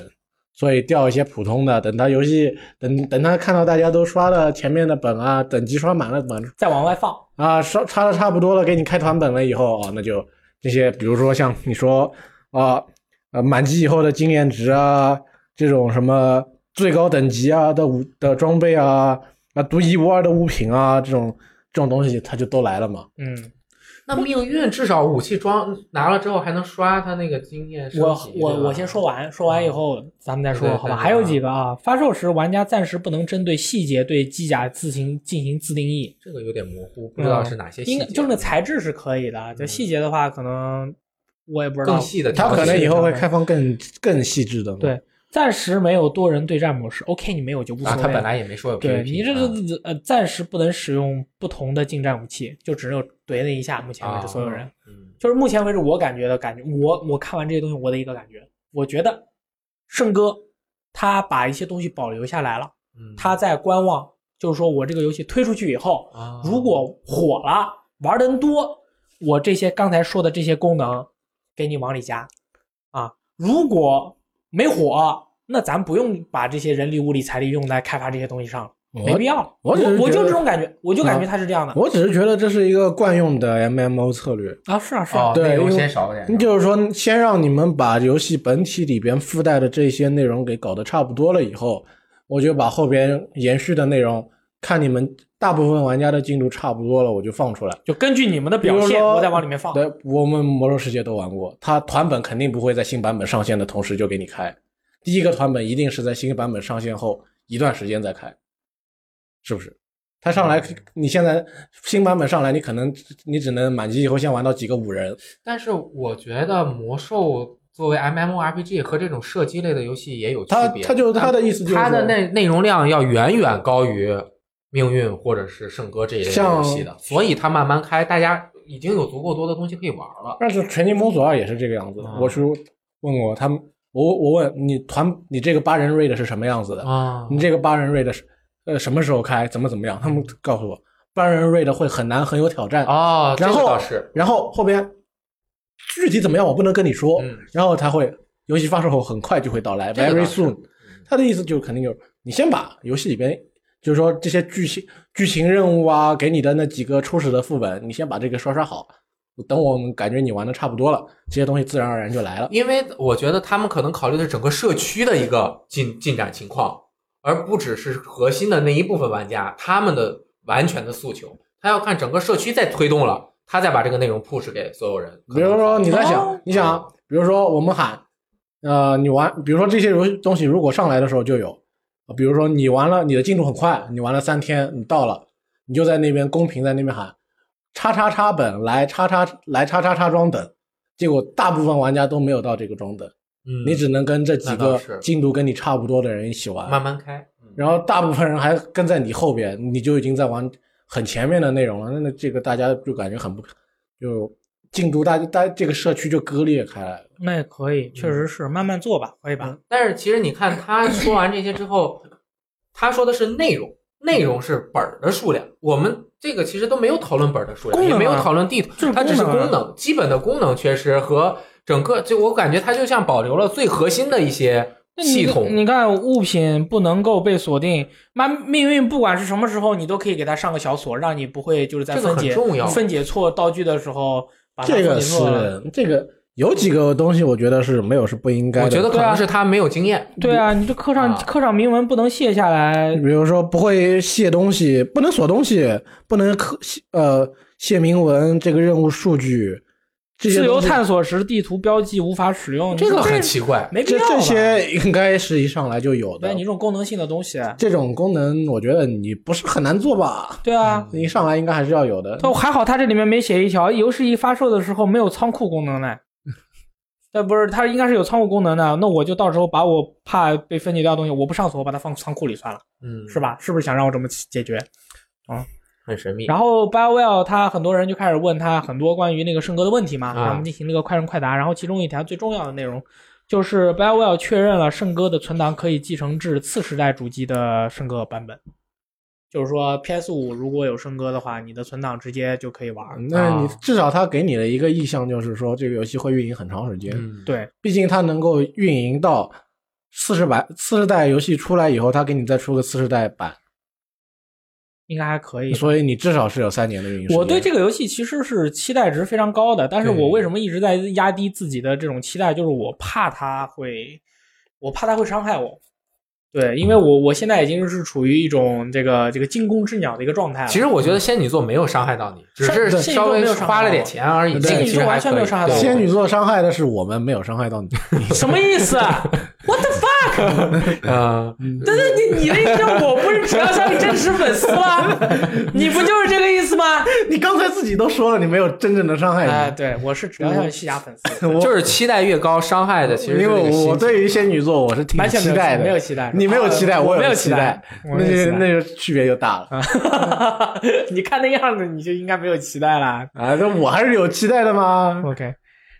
所以掉一些普通的。等它游戏等等它看到大家都刷了前面的本啊，等级刷满了本
再往外放，
啊，刷刷的差不多了，给你开团本了以后哦，那就这些，比如说像你说啊呃满级以后的经验值啊，这种什么最高等级啊的武的装备啊啊独一无二的物品啊，这种这种东西它就都来了嘛。
嗯，
那命运至少武器装拿了之后还能刷它那个经验升
我
级。
我
对吧
我先说。完，说完以后咱们再说
对对
好吧？
对
还有几个啊，发售时玩家暂时不能针对细节对机甲自行进行自定义。
这个有点模糊，不知道是哪些细节。
嗯
嗯
应该就是那材质是可以的，就细节的话，可能我也不知道。
更细的
它
条件，
可能以后会开
对
放更更细致的嘛。
对暂时没有多人对战模式，OK，你没有就无所
啊，
谓。
他本来也没说有 PVP
对
啊。
你这个呃，暂时不能使用不同的近战武器，就只有怼那一下。目前为
啊
止，所有人、
嗯
就是目前为止我感觉的感觉，我我看完这些东西，我的一个感觉，我觉得圣哥他把一些东西保留下来了，
嗯
他在观望，就是说我这个游戏推出去以后，
啊
如果火了，玩的人多，我这些刚才说的这些功能给你往里加啊。如果没火，那咱不用把这些人力、物力、财力用在开发这些东西上了，
我
没必要了。
我
我
只是
我
觉
就
得啊
这种感觉，我就感觉他是这样的
我只是觉得这是一个惯用的 MMO 策略，
啊。是啊，是啊
哦，，
对
内容
因为
先少一点，
就是说先让你们把游戏本体里边附带的这些内容给搞得差不多了以后，我就把后边延续的内容，看你们大部分玩家的进度差不多了，我就放出来。
就根据你们的
比
表
如
现，
说，
我再往里面放。
对，我们魔兽世界都玩过，它团本肯定不会在新版本上线的同时就给你开，第一个团本一定是在新版本上线后一段时间再开，是不是？它上来，你现在新版本上来，你可能你只能满级以后先玩到几个五人，
但是我觉得魔兽作为 MMORPG 和这种射击类的游戏也有区
它
别，
它就它的意思就是
它的
说
内内容量要远远高于命运或者是圣歌这一类的
像
游戏的，所以它慢慢开，大家已经有足够多的东西可以玩了。
但是《全境封锁啊二》也是这个样子的。
嗯
我叔问我他们，我我问你团，你这个八人 raid 是什么样子的？
啊
你这个八人 raid 是呃什么时候开？怎么怎么样？他们告诉我，八人 raid 会很难，很有挑战。
哦，这
呃然
个
后
倒是，
然后后边具体怎么样，我不能跟你说。
嗯
然后他会游戏发售后很快就会到来
这个倒
，very
是嗯
soon。他的意思就是肯定就是你先把游戏里边，就是说这些剧情剧情任务啊，给你的那几个初始的副本，你先把这个刷刷好。等我们感觉你玩的差不多了，这些东西自然而然就来了。
因为我觉得他们可能考虑的是整个社区的一个进进展情况，而不只是核心的那一部分玩家他们的完全的诉求，他要看整个社区再推动了，他再把这个内容 push 给所有人。
比如说你在想，
哦
你想啊，比如说我们喊，呃，你玩，比如说这些游戏东西如果上来的时候就有，呃比如说你玩了，你的进度很快，你玩了三天，你到了，你就在那边公屏在那边喊“叉叉叉本来叉叉来叉叉叉装等”，结果大部分玩家都没有到这个装等，
嗯
你只能跟这几
那倒
个
是
进度跟你差不多的人一起玩，
慢慢开，嗯
然后大部分人还跟在你后边，你就已经在玩很前面的内容了。那那这个大家就感觉很不，就进度大大这个社区就割裂开来了。
那也可以，确实
嗯
是慢慢做吧，可以吧？
但是其实你看他说完这些之后，他说的是内容，内容是本儿的数量。我们这个其实都没有讨论本儿的数量，
功
也
能啊
没有讨论地
就是
图，它只是
功能啊
功能，基本的功能缺失和整个就我感觉它就像保留了最核心的一些
那你
系统。
你看物品不能够被锁定，那命运不管是什么时候，你都可以给它上个小锁，让你不会就是在
这个
分
很
解
重要
分解错道具的时候把它
这
分
个
解错了。
是啊这个有几个东西，我觉得是没有是不应该的。
我觉得可
对啊
能是他没有经验，
对啊，你这刻上
啊嗯
刻上铭文不能卸下来
比，如说不会卸东西，不能锁东西，不能刻呃卸铭文这个任务数据，这些
自由
东西
探索时地图标记无法使用，你
这
说
个很奇怪。
没必
这
要吧
这，些应该是一上来就有的
对。你这种功能性的东西，
这种功能，我觉得你不是很难做吧？
对
嗯
啊。
一上来应该还是要有的。
都还好，它这里面没写一条，游戏一发售的时候没有仓库功能
<laughs>
嘞。那不是，它应该是有仓库功能的。那我就到时候把我怕被分解掉的东西，我不上锁，我把它放仓库里算了，
嗯，
是？吧？是不是想让我这么解决？
很神秘。
然后 BioWare 他很多人就开始问他很多关于那个圣歌的问题嘛，
啊
然后我们进行了一个快问快答。然后其中一条最重要的内容就是 BioWare 确认了圣歌的存档可以继承至次时代主机的圣歌版本，就是说 PS 5如果有圣歌的话，你的存档直接就可以玩。
那你
啊
至少他给你的一个意向就是说，这个游戏会运营很长时间。
嗯，
对，
毕竟它能够运营到四十版、四十代游戏出来以后，它给你再出个四十代版，
应该还可以。
所以你至少是有三年的运营时
嗯
间。
我对这个游戏其实是期待值非常高的，但是
对
我为什么一直在压低自己的这种期待？就是我怕它会，我怕它会伤害我。对，因为我我现在已经是处于一种这个这个惊弓之鸟的一个状态了。
其实我觉得仙女座没有伤害到你，只是
对
稍微花了点钱而已。
对
这个其实还
仙女座完全没有伤害到我
可以
啊仙
对
女座伤害的是我们，没有伤害到你。
<laughs>
<laughs>
什么意思啊？What the fuck？
嗯，
但是你你的意思，我不是只要算你真实粉丝了？你不就是这个意思吗？
你刚才自己都说了，你没有真正的伤害
哎，
你。
对，我是只要像西甲粉丝，
<laughs> 我
就是期待越高，伤害的其实是
因
这个
为
心
我
情
对于仙女座我是挺
完全
期待的，
没有期待，
你没有期待，
啊我没
有
有
期
待，我
那
没有期待啊
就那就区别就大了
<laughs> 你看那样子，你就应该没有期待啦。
啊！那我还是有期待的嘛。
OK，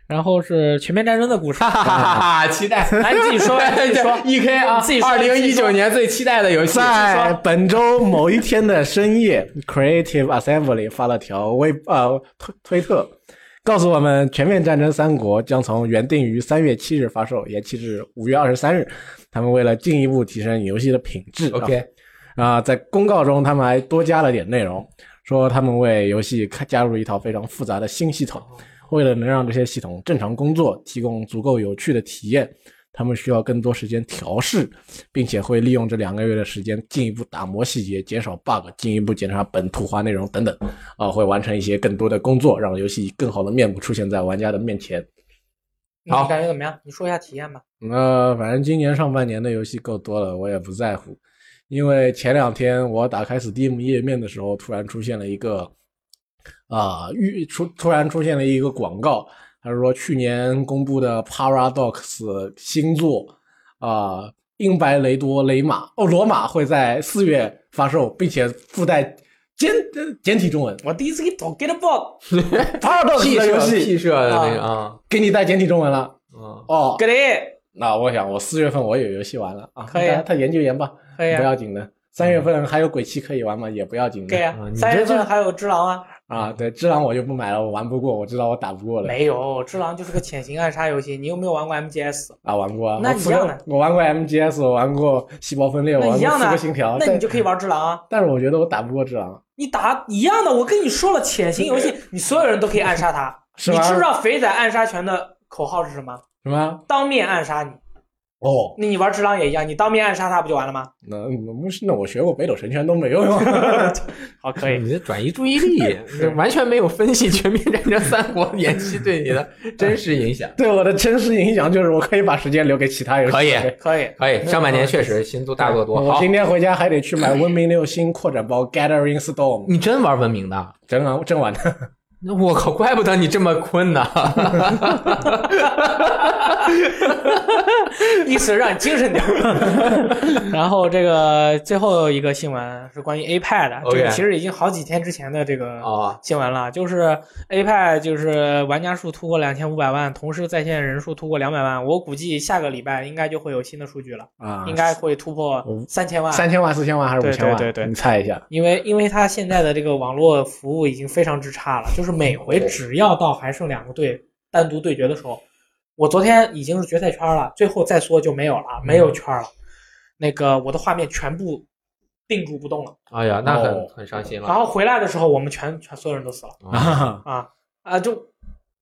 然后是全面战争的故事，
哈哈哈， <laughs> 期待。
哎你自己说吧自己说
E K 啊，
你自己说
二零
你
一
自己说
九年最期待的游戏，
在本周某一天的深夜
<laughs>
，Creative Assembly 发了条微呃推推特，告诉我们《全面战争三国》将从原定于三月七日发售，延期至五月二十三日。他们为了进一步提升游戏的品质
OK
啊、在公告中他们还多加了点内容，说他们为游戏开加入了一套非常复杂的新系统，为了能让这些系统正常工作，提供足够有趣的体验。他们需要更多时间调试，并且会利用这两个月的时间进一步打磨细节，减少 bug，进一步检查本图画内容等等，啊、会完成一些更多的工作，让游戏以更好的面目出现在玩家的面前。
好，感觉怎么样？你说一下体验吧。
那呃反正今年上半年的游戏够多了，我也不在乎，因为前两天我打开 Steam 页面的时候，突然出现了一个啊预出突然出现了一个广告，他说去年公布的 Paradox 新作啊、英白雷多雷马哦罗马会在四月发售，并且附带简呃简体中文
我第一次给 Get About
Paradox 的游
屁
戏
社的那个啊，
给你带简体中文了
嗯，
哦。
Get It，
那我想，我四月份我有游戏玩了啊，
可以啊
他他研究研吧，
可以
不
啊，
要紧的。三月份还有鬼泣可以玩嘛，也不要紧
可以
的。
啊
嗯。你这
三月
就
份还有只狼啊？
啊，对，只狼我就不买了，我玩不过，我知道我打不过了。
没有，只狼就是个潜行暗杀游戏。你又没有玩过 MGS，
啊，玩过啊。
那
我
一
除
样
了
的
我玩过 MGS，我玩过细胞分裂，我
那
玩
一
过
样
刺客
的
信条。，
那
但
你就可以玩只狼啊。
但是我觉得我打不过只狼，
你打一样的，我跟你说了，潜行游戏你所有人都可以暗杀他。
是
你
吗
知不知道肥仔暗杀拳的口号是什么？
什么？
当面暗杀你。
哦，
那你玩只狼也一样，你当面暗杀他不就完了吗？
那那那我学过北斗神拳都没用啊。
<laughs> 好，可以。
哎你的转移注意力，这完全没有分析《全面战争三国》延期对你的真实影响。
对我的真实影响就是我可以把时间留给其他游戏。
可以
可以，
可以，哎上半年确实新作大作多。
哎我
好，
今天回家还得去买《文明六新》扩展包《Gathering Storm》，
你真玩文明的？
真啊真玩的。
那我靠，怪不得你这么困呢。
<laughs> 意思让你精神点儿。
<laughs>
然后这个最后一个新闻啊是关于 A E 派的，这
OK
个其实已经好几天之前的这个
哦，
新闻了，就是 A 派就是玩家数突破两千五百万，同时在线人数突破两百万，我估计下个礼拜应该就会有新的数据了，
啊，
应该会突破
嗯
三千万。
三千万、四千万还是五
对
千万？
对对对
你猜一下。
因为因为它现在的这个网络服务已经非常之差了，就是每回只要到还剩两个队单独对决的时候，我昨天已经是决赛圈了，最后再缩就没有了，没
嗯
有圈了，那个我的画面全部定住不动了，
哎呀，那很
哦
很伤心
然
了。
后回来的时候我们全全所有人都死了
哦
<laughs> 啊！
啊啊就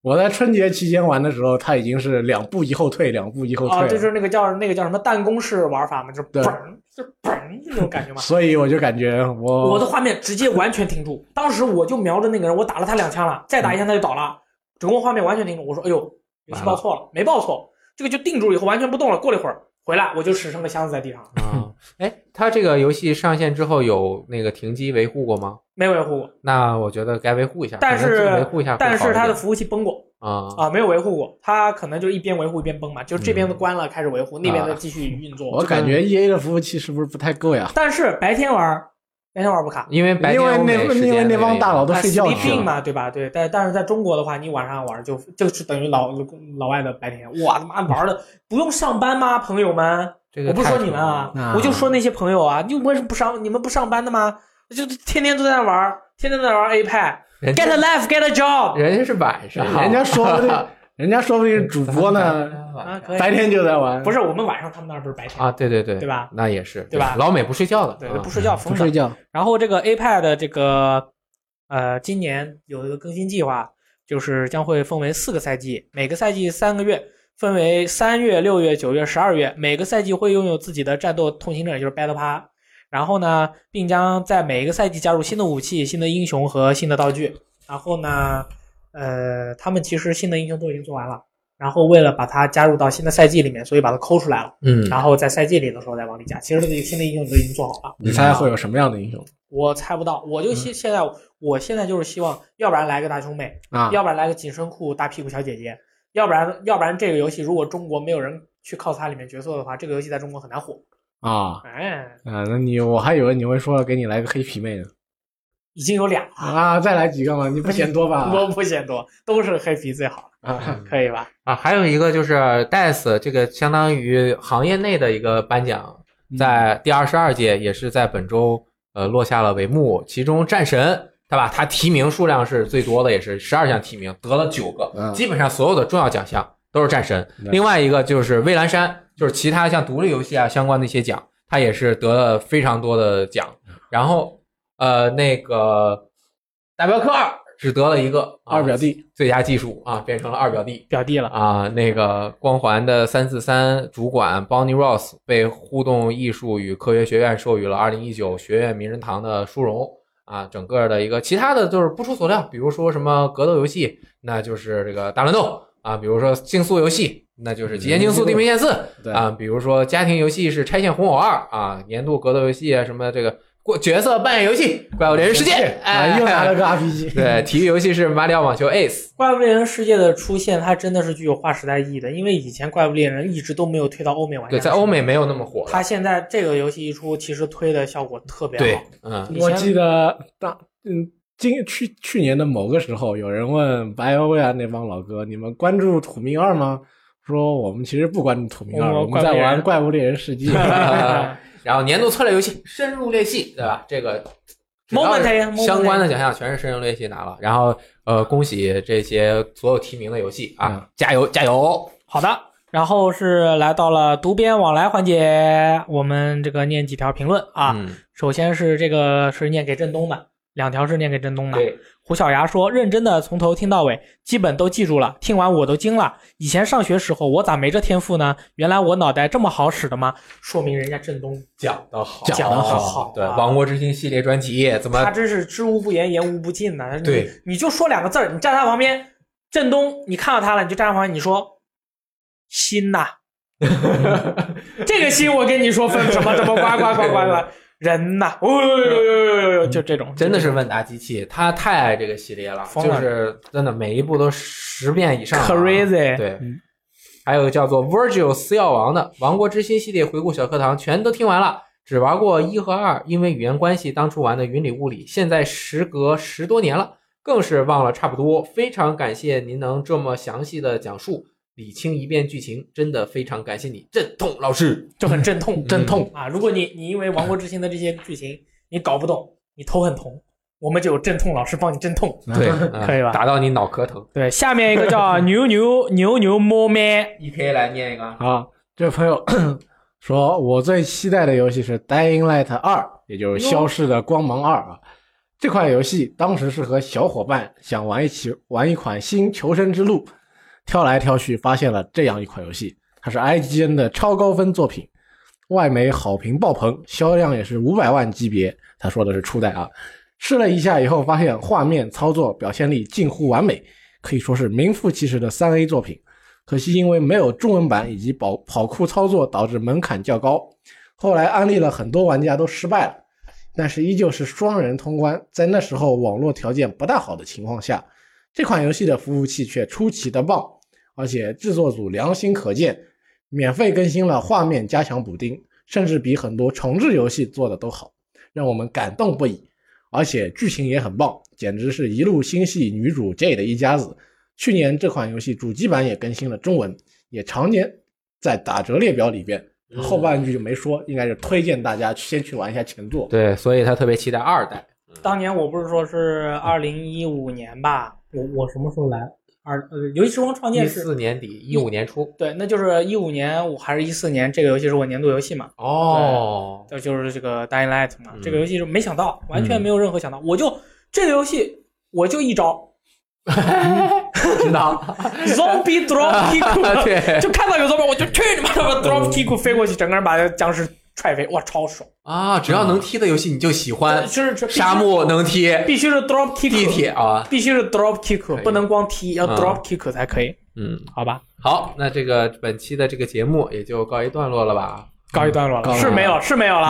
我在春节期间玩的时候，他已经是两步一后退，两步一后退
啊
了，
就是那个叫那个叫什么弹弓式玩法嘛，就是
对
嘣儿就是嘣儿那种感觉嘛。
所以我就感觉
哦
我
我的画面直接完全停住。当时我就瞄着那个人，我打了他两枪了，再打一枪他就倒了，整个画面完全停住。我说：“哎呦，游戏报错了，没报错，这个就定住以后完全不动了。”过了一会儿回来，我就屎成个箱子在地上了，
啊，哎，它这个游戏上线之后有那个停机维护过吗？
没维护过，
那我觉得该维护一下，
但
可能
是
维护一下会好一
但
点，
是它的服务器崩过
啊
啊，没有维护过，它可能就一边维护一边崩嘛，就这边的
嗯
关了开始维护，那边的
啊
继续运
我
作。
感觉 E A 的服务器是不是不太够呀？
但是白天玩儿，白天玩儿不卡。
因为白
因
天
为
我
那
没时间
因为那帮大佬都
啊
睡觉去
sleeping
了。
嘛，对吧？对，但但是在中国的话，你晚上玩就就是等于老老外的白天，我他妈玩的不用上班吗？朋友们，
这个
我不
太
说你们啊
那，
我就说那些朋友啊，你为什么不上？你们不上班的吗？就天天都在那玩，天天都在玩 A 派
人家
，get a life, get a job
人家是晚上，啊
人家说不 <laughs> 定，人家说不定主播 <laughs> 呢，
啊，
呢
可以。
白天就在玩，
不是我们晚上，他们那儿不是白天
啊，对对对，
对吧？
那也是，
对吧
老美不睡觉的，
对，
啊
不睡觉
不
封
睡
上。
觉。
然后这个 A 派的这个呃，今年有一个更新计划，就是将会分为四个赛季，每个赛季三个月，分为三月、六月、九月、十二月，每个赛季会拥有自己的战斗通行证，也就是 Battle Pass。然后呢，并将在每一个赛季加入新的武器、新的英雄和新的道具。然后呢，呃，他们其实新的英雄都已经做完了，然后为了把它加入到新的赛季里面，所以把它抠出来了，
嗯，
然后在赛季里的时候再往里加。其实这个新的英雄都已经做好了。
你猜会有什么样的英雄
我猜不到，我就现现在，我现在就是希望，要不然来个大胸妹，
啊？
要不然来个紧身裤大屁股小姐姐，要不然要不然这个游戏如果中国没有人去 cos 它里面角色的话，这个游戏在中国很难火。
啊
哎，
啊！那你我还以为你会说给你来个黑皮妹呢
已经有俩了，
啊！再来几个嘛，你不嫌多吧？
多不嫌多，都是黑皮最好
啊，
可以吧？
啊，还有一个就是 DICE 这个相当于行业内的一个颁奖，
嗯
在第二十二届也是在本周呃落下了帷幕，其中战神。对吧？他提名数量是最多的，也是十二项提名，得了九个，
嗯
基本上所有的重要奖项都是战神。
对
另外一个就是蔚蓝山，就是其他像独立游戏啊相关的一些奖，他也是得了非常多的奖。然后呃，那个大镖客二只得了一个、啊
二表弟
最佳技术啊，变成了二表弟。
表弟了，
啊，那个光环的三四三主管 Bonnie Ross 被互动艺术与科学学院授予了二零一九学院名人堂的殊荣啊，整个的一个其他的就是不出所料，比如说什么格斗游戏，那就是这个大乱斗啊，比如说竞速游戏，那就是极限竞速地平线四
嗯对
啊，比如说家庭游戏是拆线红偶二啊，年度格斗游戏啊什么这个过角色扮演游戏怪物猎人
<laughs>
世界，哎，
啊又拿了个 RPG，
对，体育游戏是马里奥网球 Ace。
怪物猎人世界的出现，它真的是具有划时代意义的，因为以前怪物猎人一直都没有推到欧美玩家，
对，在欧美，没有那么火了。
它现在这个游戏一出，其实推的效果特别
对
好。，
嗯，
以前
我记得当嗯，今去去年的某个时候，有人问 BioWare 啊那帮老哥：“你们关注《土命二》吗？”说我们其实不关注《土命二》，
我
我们在玩《怪物猎人世 <laughs> 界》
<laughs>
然后年度策略游戏《深入猎戏》，对吧？这个
Moment in, moment
相关的奖项全是《深入猎戏》拿了。然后呃，恭喜这些所有提名的游戏啊
嗯，
加油加油！
好的，然后是来到了读编往来环节，我们这个念几条评论啊。
嗯，
首先是这个是念给振东的，两条是念给振东的。
对，
胡小牙说：“认真的从头听到尾，基本都记住了。听完我都惊了，以前上学时候我咋没这天赋呢？原来我脑袋这么好使的吗？说明人家振东
讲的好，
讲得好
对，
啊
《亡国之心》系列专辑怎
他
么
真是知无不言，言无不尽呐、你
呃对，
你就说两个字儿，你站他旁边，振东，你看到他了，你就站他旁边，你说心
<laughs>
呐、这个心我跟你说分什么什么呱呱呱呱
<laughs>
呱，人呐、哦呦呦呦呦呦呦，就这种，
真的是问答机器，他太爱这个系列了，
疯
就
了
是真的每一部都十遍以上了啊。
crazy，
对
嗯，
还有叫做 Virgil 私药王的《王国之心》系列回顾小课堂全都听完了，只玩过一和二，因为语言关系，当初玩的云里雾里，现在时隔十多年了，更是忘了差不多。非常感谢您能这么详细的讲述。理清一遍剧情，真的非常感谢你，阵痛老师。
就很阵痛，
阵痛
啊！如果你你因为《王国之心》的这些剧情你搞不懂，你头很疼，我们就有阵痛老师帮你阵痛。
对，
可以吧
嗯打到你脑壳疼。
对，下面一个叫牛牛牛牛摸咩，
E K 来念一个，
啊，这位朋友说，我最期待的游戏是《Dying Light 二》，也就是《消逝的光芒二》啊。这款游戏当时是和小伙伴想玩一起玩一款新《求生之路》，挑来挑去发现了这样一款游戏，它是 IGN 的超高分作品，外媒好评爆棚，销量也是五百万级别。他说的是初代啊。试了一下以后，发现画面、操作、表现力近乎完美，可以说是名副其实的三 A 作品。可惜因为没有中文版以及跑跑酷操作，导致门槛较高。后来安利了很多玩家都失败了，但是依旧是双人通关。在那时候网络条件不大好的情况下，这款游戏的服务器却出奇的棒，而且制作组良心可见，免费更新了画面加强补丁，甚至比很多重置游戏做的都好，让我们感动不已。而且剧情也很棒，简直是一路心系女主 J 的一家子。去年这款游戏主机版也更新了中文，也常年在打折列表里边。后半句就没说，应该是推荐大家先去玩一下前作。
对，所以他特别期待二代。
当年我不是说是二零一五年吧？我我什么时候来？二呃，游戏时光创
一
建是
四年底，一五年初。
对，那就是一五年，我还是一四年，这个游戏是我年度游戏嘛，
哦，
这就是这个《Dying Light》嘛。
嗯
这个游戏是没想到，完全没有任何想到，我就这个游戏我就一招
知道。
zombie drop kick，
啊对
<laughs>
嗯
就看到有 zombie 我就去你妈的 drop kick 飞过去，整个人把僵尸踹飞，哇，超爽！
<laughs> 啊，只要能踢的游戏你就喜欢。 <laughs>
就是这必须
沙漠能踢，
必须是 drop kick，
地铁啊，
必须是 drop
可
kick，
以
不能光踢，要
嗯
drop kick 才可以，
嗯，
好吧？
好，那这个本期的这个节目也就告一段落了吧？
告一段落
告
了，
一段落
是没有，是没有了，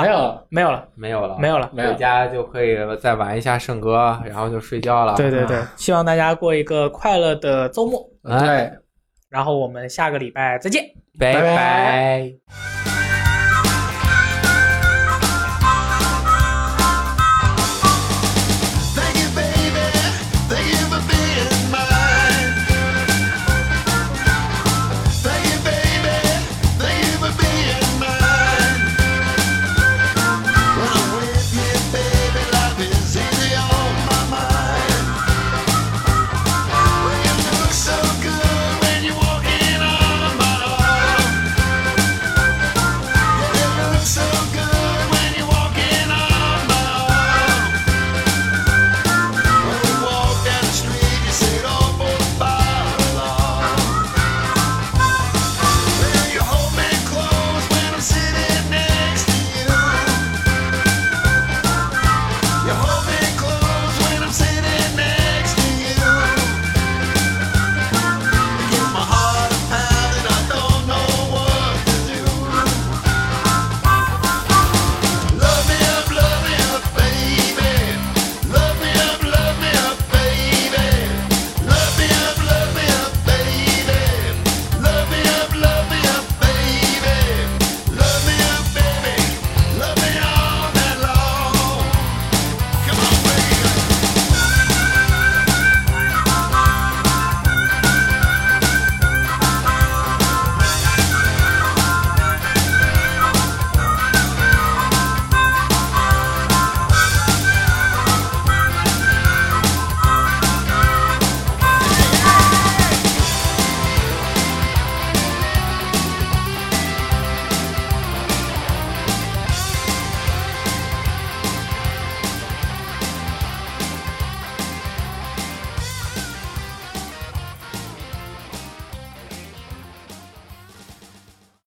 没有了
没有了，
没有了，
没有了。
没有
回家就可以再玩一下圣歌，然后就睡觉了。
对对对，希望大家过一个快乐的周末，
哎，
对。
然后我们下个礼拜再见。
拜
拜拜
拜